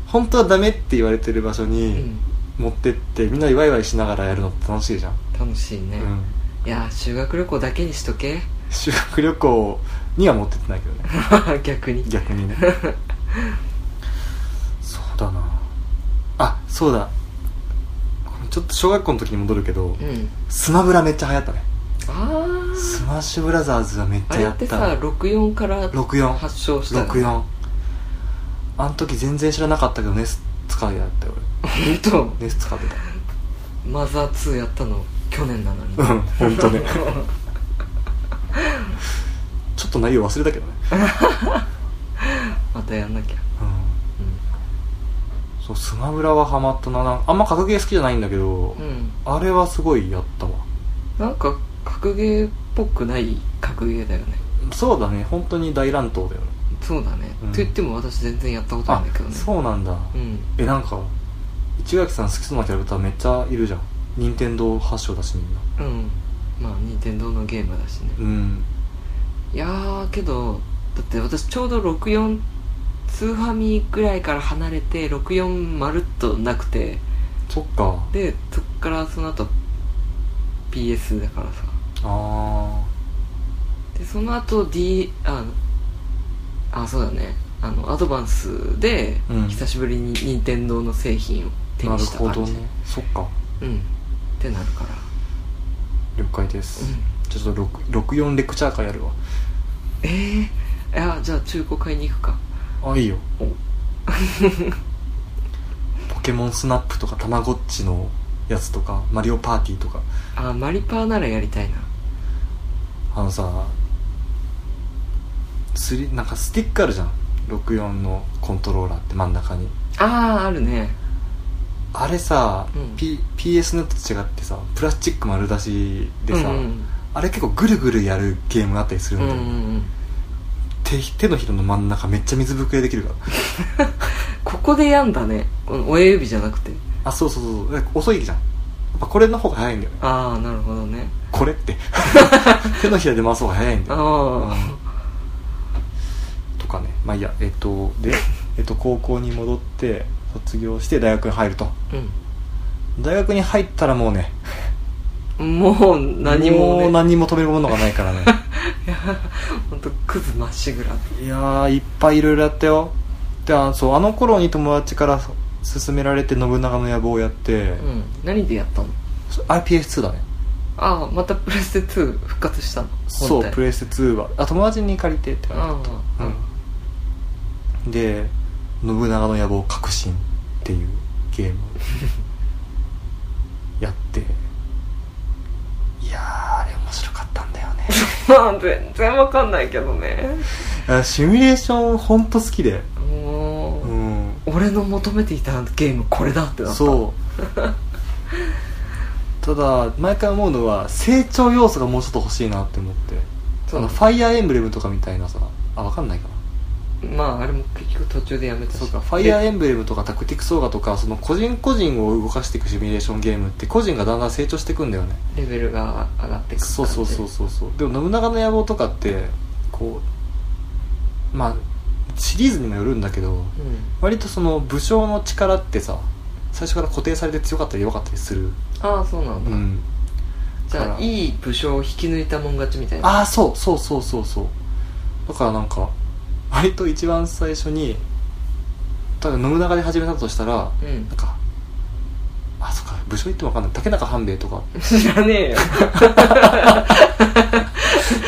Speaker 2: う本当はダメって言われてる場所
Speaker 1: う
Speaker 2: に
Speaker 1: ん
Speaker 2: 持ってって、みんなでワイワイしながらやるのって楽しいじゃん、
Speaker 1: 楽しいね、
Speaker 2: うん、
Speaker 1: いや修学旅行だけにしとけ
Speaker 2: 修学旅行には持ってってないけどね
Speaker 1: 逆に
Speaker 2: 逆にね そうだなあそうだちょっと小学校の時に戻るけど、
Speaker 1: うん
Speaker 2: スマブラめっちゃ流行ったね
Speaker 1: あ
Speaker 2: スマッシュブラザーズはめっ
Speaker 1: ああ
Speaker 2: ちゃ
Speaker 1: れ
Speaker 2: や
Speaker 1: っ
Speaker 2: ってた
Speaker 1: さ64から
Speaker 2: 64
Speaker 1: 発祥したよね
Speaker 2: 64あの時全然知らなかったけどネス使いだったよ
Speaker 1: 本
Speaker 2: 俺ネス使って
Speaker 1: 当マザー2やったの去年なのに
Speaker 2: たうん本当ね ちょっと内容忘れたけどね、
Speaker 1: またやんなきゃ
Speaker 2: うん、そうスマブラはハマったななんあんま格ゲー好きじゃないんだけど、
Speaker 1: うん、うん、
Speaker 2: あれはすごいやったわ
Speaker 1: なんか格ゲーっぽくない格ゲーだよね
Speaker 2: そうだね本当に大乱闘だよね
Speaker 1: そうだね、
Speaker 2: うん
Speaker 1: と言っても私全然やったことない
Speaker 2: あ
Speaker 1: んだけどね
Speaker 2: そうなんだ、
Speaker 1: うん
Speaker 2: えなんか市垣さん好きそうなキャラクターめっちゃいるじゃん任天堂発祥だしみん
Speaker 1: う
Speaker 2: な
Speaker 1: んまあ任天堂のゲームだしね、
Speaker 2: うん
Speaker 1: いやーけどだって私ちょうど64ツーファミぐらいから離れて64まるっとなくて
Speaker 2: そっか
Speaker 1: でそっからその後 PS だからさ
Speaker 2: あ
Speaker 1: でその後 D ああそうだねあのアドバンスで
Speaker 2: うん
Speaker 1: 久しぶりに任天堂の製品を手
Speaker 2: あな
Speaker 1: に
Speaker 2: る
Speaker 1: した
Speaker 2: ほ
Speaker 1: 感じ、
Speaker 2: どねそっか
Speaker 1: うんってなるから
Speaker 2: 了解です、
Speaker 1: うん
Speaker 2: ちょっと64レクチャー会やるわ
Speaker 1: えー、いやじゃあ中古買いに行くか
Speaker 2: あいいよ
Speaker 1: お
Speaker 2: ポケモンスナップとかたまごっちのやつとかマリオパーティーとか
Speaker 1: あマリパーならやりたいな
Speaker 2: あのさスリなんかスティックあるじゃん64のコントローラーって真ん中に
Speaker 1: あああるね
Speaker 2: あれさ、
Speaker 1: うん
Speaker 2: P、PS のやつと違ってさプラスチック丸出しでさ、
Speaker 1: うんうん
Speaker 2: あれ結構ぐるぐるやるゲームあったりする
Speaker 1: うんん
Speaker 2: だ
Speaker 1: う
Speaker 2: よ、
Speaker 1: んうん
Speaker 2: 手手のひらの真ん中めっちゃ水ぶくれできるから
Speaker 1: ここで病んだねこの親指じゃなくて
Speaker 2: あそうそうそうえ遅いじゃんやっぱこれの方が早いんだよね
Speaker 1: ああなるほどね
Speaker 2: これって 手のひらで回す方が早いんだよ
Speaker 1: あ
Speaker 2: とかねまあいいやえっとで、えっと、高校に戻って卒業して大学に入ると
Speaker 1: あ
Speaker 2: 大学に入ったらもうね
Speaker 1: うん もう何も
Speaker 2: う
Speaker 1: ね
Speaker 2: 何も止めるものがない からね
Speaker 1: 本当クズまっしぐら
Speaker 2: いやーいっぱいいろいろやったよであそうあの頃に友達から勧められて信長の野望をやって、
Speaker 1: うん何でやったの
Speaker 2: あれ PS2 だね
Speaker 1: ああまたプレステ2復活したの
Speaker 2: そ
Speaker 1: 本
Speaker 2: う
Speaker 1: 体
Speaker 2: プレステ2はあ友達に借りてって感じ
Speaker 1: ああ
Speaker 2: うん、で「信長の野望革新」っていうゲーム
Speaker 1: まあ全然わかんないけどね
Speaker 2: あシミュレーション本当好きで
Speaker 1: も
Speaker 2: う
Speaker 1: う、
Speaker 2: ん
Speaker 1: 俺の求めていたゲームこれだってなった
Speaker 2: そうただ毎回思うのは成長要素がもうちょっと欲しいなって思って
Speaker 1: そ
Speaker 2: あ
Speaker 1: う
Speaker 2: のファイヤーエンブレムとかみたいなさあわかんないかな
Speaker 1: まああれも結局途中でやめたし
Speaker 2: そうかファイアー
Speaker 1: で
Speaker 2: エンブレムとかタクティクスオーガとかその個人個人を動かしていくシミュレーションゲームって個人がだんだん成長していくんだよね
Speaker 1: レベルが上がってく
Speaker 2: そうそうそう
Speaker 1: う
Speaker 2: そうそうでも信長の野望とかってこうまあシリーズにもよるんだけど
Speaker 1: うん
Speaker 2: 割とその武将の力ってさ最初から固定されて強かったり弱かったりする
Speaker 1: ああそうなん
Speaker 2: う
Speaker 1: だ、
Speaker 2: ん
Speaker 1: じゃ
Speaker 2: だ
Speaker 1: あ
Speaker 2: から
Speaker 1: いい武将を引き抜いたもん勝ちみたいな
Speaker 2: ああそうそうそうそうそうだからなんか割と一番最初にただ信長で始めたとしたら
Speaker 1: うん
Speaker 2: なんかあそっか武将言っても分かんない竹中半兵衛とか
Speaker 1: 知らねえよ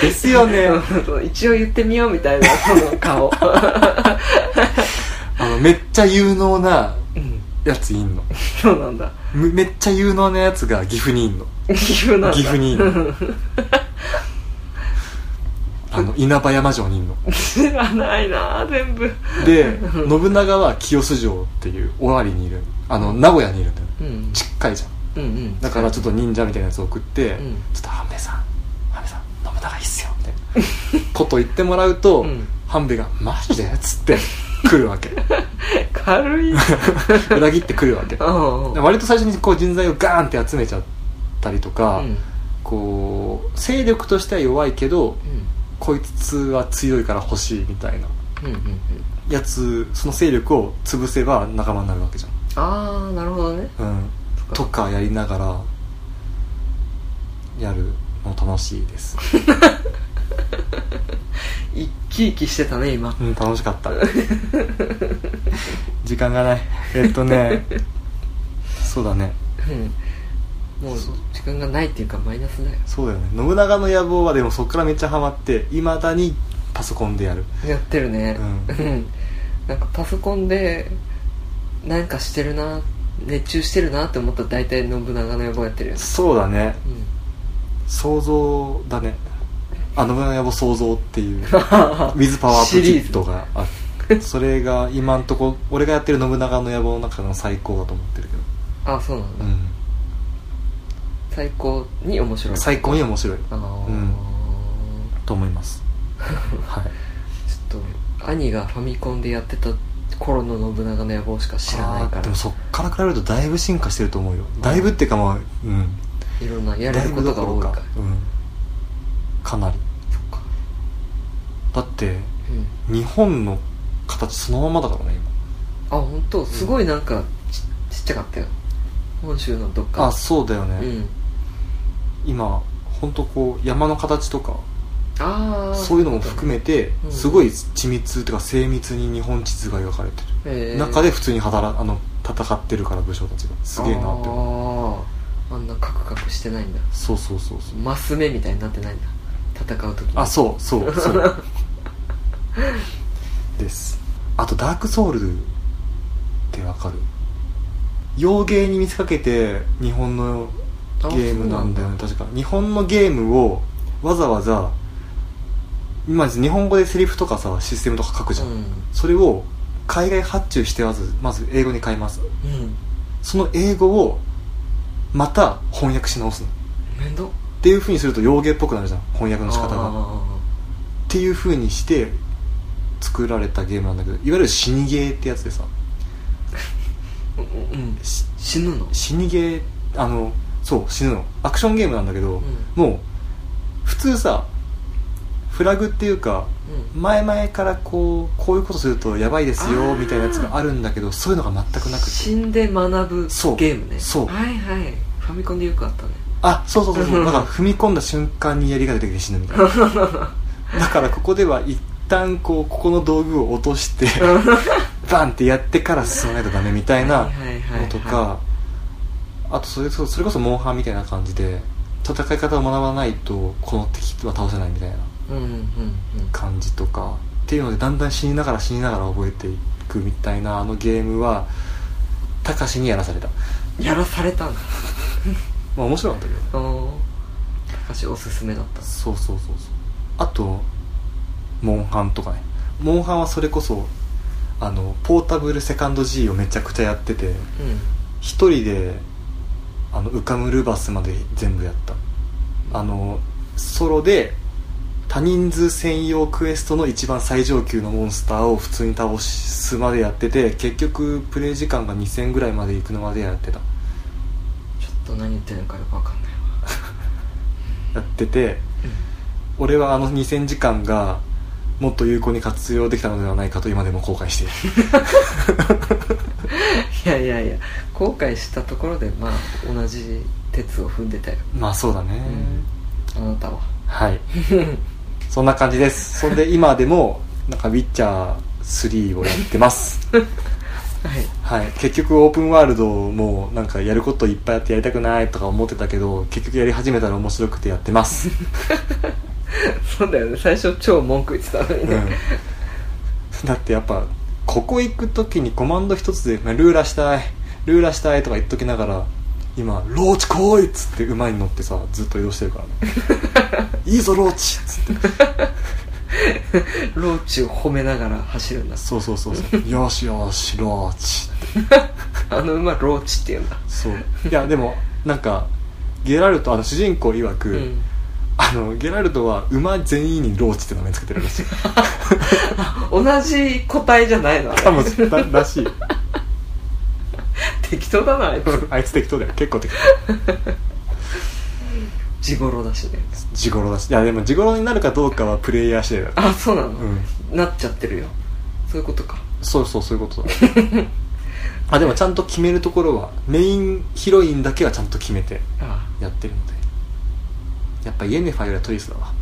Speaker 2: ですよね
Speaker 1: 一応言ってみようみたいなその顔
Speaker 2: あのめっちゃ有能な
Speaker 1: うん
Speaker 2: やついんの
Speaker 1: そうなんだ
Speaker 2: めめっちゃ有能なやつが岐阜にいんの
Speaker 1: 岐阜なんだ
Speaker 2: 岐阜にいんのあの稲葉山城にいんの
Speaker 1: 知らないな全部
Speaker 2: で信長は清須城っていう尾張にいるあの名古屋にいるんだよ
Speaker 1: うん
Speaker 2: ちっかいじゃ
Speaker 1: う
Speaker 2: ん
Speaker 1: んうん
Speaker 2: だからちょっと忍者みたいなやつを送って、
Speaker 1: うん
Speaker 2: ちょっと半兵衛さん半兵衛さん信長いいっすよみたいな こと言ってもらうと、
Speaker 1: うん
Speaker 2: 半兵衛が「マジで?」っつって来る わけ
Speaker 1: 軽 い
Speaker 2: 裏切ってくるわけ
Speaker 1: うん
Speaker 2: 割と最初にこう人材をガーンって集めちゃったりとか、
Speaker 1: うん
Speaker 2: こう勢力としては弱いけどこいつは強いから欲しいみたいな
Speaker 1: うんうんうんうん
Speaker 2: やつその勢力を潰せば仲間になるわけじ
Speaker 1: ああなるほどね
Speaker 2: ゃん、うん、とかやりながらやるの楽しいです
Speaker 1: 生き生きしてたね今
Speaker 2: うん楽しかった 時間がないえっとねそうだね
Speaker 1: うんもう時間がないっていうかマイナスだよ
Speaker 2: そうだよね信長の野望はでもそっからめっちゃハマっていまだにパソコンでやる
Speaker 1: やってるね
Speaker 2: うん
Speaker 1: ん なんかパソコンでなんかしてるな熱中してるなって思ったら大体信長の野望やってるよね
Speaker 2: そうだね
Speaker 1: うん
Speaker 2: 想像だねあ信長の野望想像っていう ウィズパワープキットがあるそれが今んとこ俺がやってる信長の野望の中の最高だと思ってるけど
Speaker 1: あそうなんだ
Speaker 2: う
Speaker 1: 最高に面白い
Speaker 2: ん最高に面白い
Speaker 1: あのー
Speaker 2: うんと思いますはい
Speaker 1: ちょっと兄がファミコンでやってた頃の信長の野望しか知らない
Speaker 2: あ
Speaker 1: か
Speaker 2: ー
Speaker 1: ら
Speaker 2: でもそっから比べるとだいぶ進化してると思うよだいぶっていうかまあうん
Speaker 1: いろんなやれることが多いから
Speaker 2: だいぶどころうん、かなり
Speaker 1: そっか
Speaker 2: だって
Speaker 1: うん
Speaker 2: 日本の形そのままだからね
Speaker 1: あ本当すごいなんかちちっちゃかったよ本州のどっ
Speaker 2: 今
Speaker 1: か
Speaker 2: あそうだよ
Speaker 1: う
Speaker 2: ね、
Speaker 1: ん
Speaker 2: 今本当こう山の形とか
Speaker 1: ああ
Speaker 2: そういうのも含めて
Speaker 1: うん
Speaker 2: すごい緻密っていうか精密に日本地図が描かれてる、
Speaker 1: め
Speaker 2: 中で普通に働あの戦ってるから武将たちがすげえなって思う
Speaker 1: あああんなカクカクしてないんだ
Speaker 2: そうそうそうそう
Speaker 1: マス目みたいになってないんだ戦う時に
Speaker 2: あそうそうそうですあとダークソウルってわかる洋芸に見せかけて日本のゲームなんだよね確か日本のゲームをわざわざ今日本語でセリフとかさシステムとか書くじ
Speaker 1: そ
Speaker 2: ゃ、
Speaker 1: うんなんだ
Speaker 2: それを海外発注してまずまず英語に変えます
Speaker 1: うんうん
Speaker 2: その英語をまた翻訳し直すのっ
Speaker 1: 面倒
Speaker 2: ていうふうにすると洋芸っぽくなるじゃん翻訳の仕方が
Speaker 1: あ
Speaker 2: っていう風にして作られたゲームなんだけどいわゆる死にゲーってやつでさ
Speaker 1: ーうんうん
Speaker 2: し
Speaker 1: 死ぬの
Speaker 2: 死にゲーあのそう死ぬのアクションゲームなんだけど、
Speaker 1: ん
Speaker 2: もう普通さフラグっていうか
Speaker 1: うん
Speaker 2: 前々からこうこういうことするとやばいです
Speaker 1: あ
Speaker 2: よ
Speaker 1: ー
Speaker 2: みたいなやつがあるんだけどそういうのが全くなくて
Speaker 1: 死んで学ぶ
Speaker 2: そう
Speaker 1: ゲームね
Speaker 2: そう
Speaker 1: はいはいファミコンでよくあったね
Speaker 2: あそうそうそうそう うんだから踏み込んだ瞬間に槍が出てきて死ぬみたいなだからここでは一旦こうここの道具を落 としてバンってやってから進まないとダメみたいな
Speaker 1: はいはいはいはい
Speaker 2: のとかあとそれそそれこそモンハンみたいな感じで戦い方を学ばないとこの敵は倒せないみたいな
Speaker 1: うんうんうん
Speaker 2: 感じとかっていうのでだんだん死にながら死にながら覚えていくみたいなあのゲームはたかしにやらされた
Speaker 1: やらされたんだ
Speaker 2: まあ面白かったけどね
Speaker 1: あの高橋おすすめだった
Speaker 2: そうそうそうそうあとモンハンとかねモンハンはそれこそあのポータブルセカンド G をめちゃくちゃやってて
Speaker 1: うん
Speaker 2: 一人であのウカムルバスまで全部やったあのソロで多人数専用クエストの一番最上級のモンスターを普通に倒すまでやってて結局プレイ時間が2000ぐらいまで行くのまでやって
Speaker 1: ちょ
Speaker 2: た
Speaker 1: っと何言ってるのかよくわかんないわ
Speaker 2: やってて俺はあの2000時間がもっと有効に活用できたのではないかと今でも後悔している
Speaker 1: いやいやいや後悔したところでまあ同じ鉄を踏んでたよ、
Speaker 2: まあそうだね、
Speaker 1: あなたは
Speaker 2: はいそんな感じですそれで今でもなんか「ウィッチャー3」をやってます
Speaker 1: はい
Speaker 2: はい、結局オープンワールドもなんかやることいっぱいあってやりたくないとか思ってたけど結局やり始めたら面白くてやってます
Speaker 1: そうだよね最初超文句言ってたの
Speaker 2: う
Speaker 1: に
Speaker 2: ん
Speaker 1: ね、
Speaker 2: だってやっぱここ行く時にコマンド一つで「まあルーラしたいルーラしたい」とか言っときながら今「ローチ来い!」っつって馬に乗ってさずっと移動して るからね「いいぞローチ!」っつって
Speaker 1: ローチを褒めながら走るんだ
Speaker 2: そうそうそうそう「よしよしローチ!」
Speaker 1: あの馬ローチって言うんだ
Speaker 2: そういやでもなんかゲラルトあの主人公曰く、
Speaker 1: うん
Speaker 2: あのゲラルトは馬全員にローチって名前つけてるらしい
Speaker 1: 同じ個体じゃないのあれ
Speaker 2: かもしれない らしい
Speaker 1: 適当だなあいつ
Speaker 2: あいつ適当だよ結構適
Speaker 1: 地頃だしね
Speaker 2: 当地頃だしいやでも地頃になるかどうかはプレイヤー次第だ
Speaker 1: あそうなの、
Speaker 2: う
Speaker 1: なっちゃってるよそういうことか
Speaker 2: そうそうそういうことだ あでもちゃんと決めるところはメインヒロインだけはちゃんと決めて
Speaker 1: ああ
Speaker 2: やってるのでやっぱイエネファーよりはトリスだわ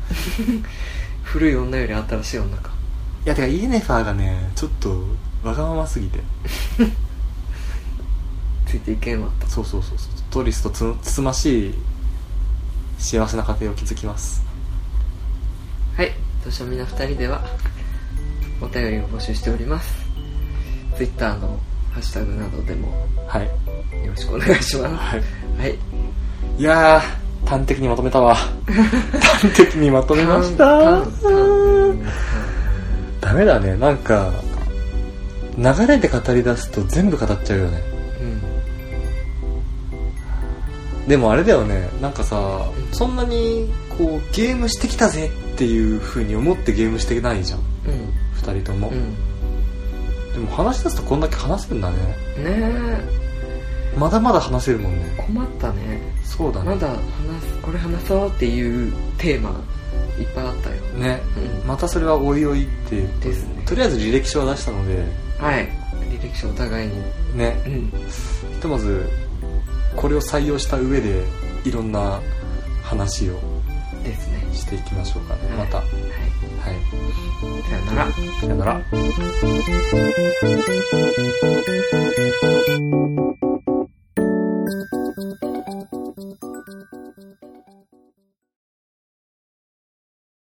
Speaker 1: 古い女より新しい女か
Speaker 2: いやてかイエネファーがねちょっとわがまますぎて
Speaker 1: ついていけんわと
Speaker 2: そうそうそうそうトリスとつつつましい幸せな家庭を築きます
Speaker 1: はいとしゃみな2人ではお便りを募集しております Twitter のハッシュタグなどでも
Speaker 2: はい
Speaker 1: よろしくお願いします
Speaker 2: はい
Speaker 1: はい
Speaker 2: いやー、端的にまとめた わ。端的にまとめました
Speaker 1: たんたんたん
Speaker 2: ダメだね、なんか、流れで語り出すと全部語っちゃうよね。
Speaker 1: うん
Speaker 2: でもあれだよね、なんかさ、そんなに、こう、ゲームしてきたぜっていう風に思ってゲームしてないじゃん。
Speaker 1: う
Speaker 2: 二人とも。
Speaker 1: んうん
Speaker 2: でも話し出すとこんだけ話せるんだね。
Speaker 1: ねえ
Speaker 2: まだまだ話せるもんね。
Speaker 1: 困ったね
Speaker 2: そうだね。
Speaker 1: まだ話すこれ話そうっていうテーマいっぱいあったよ
Speaker 2: ね。
Speaker 1: うん
Speaker 2: またそれはおいおいっていうこと
Speaker 1: ですね
Speaker 2: とりあえず履歴書は出したので、
Speaker 1: はい履歴書お互いに
Speaker 2: ね。
Speaker 1: うん
Speaker 2: ひとまずこれを採用した上でいろんな話を
Speaker 1: ですね
Speaker 2: していきましょうかねまたは
Speaker 1: はいいさよなら
Speaker 2: さよなら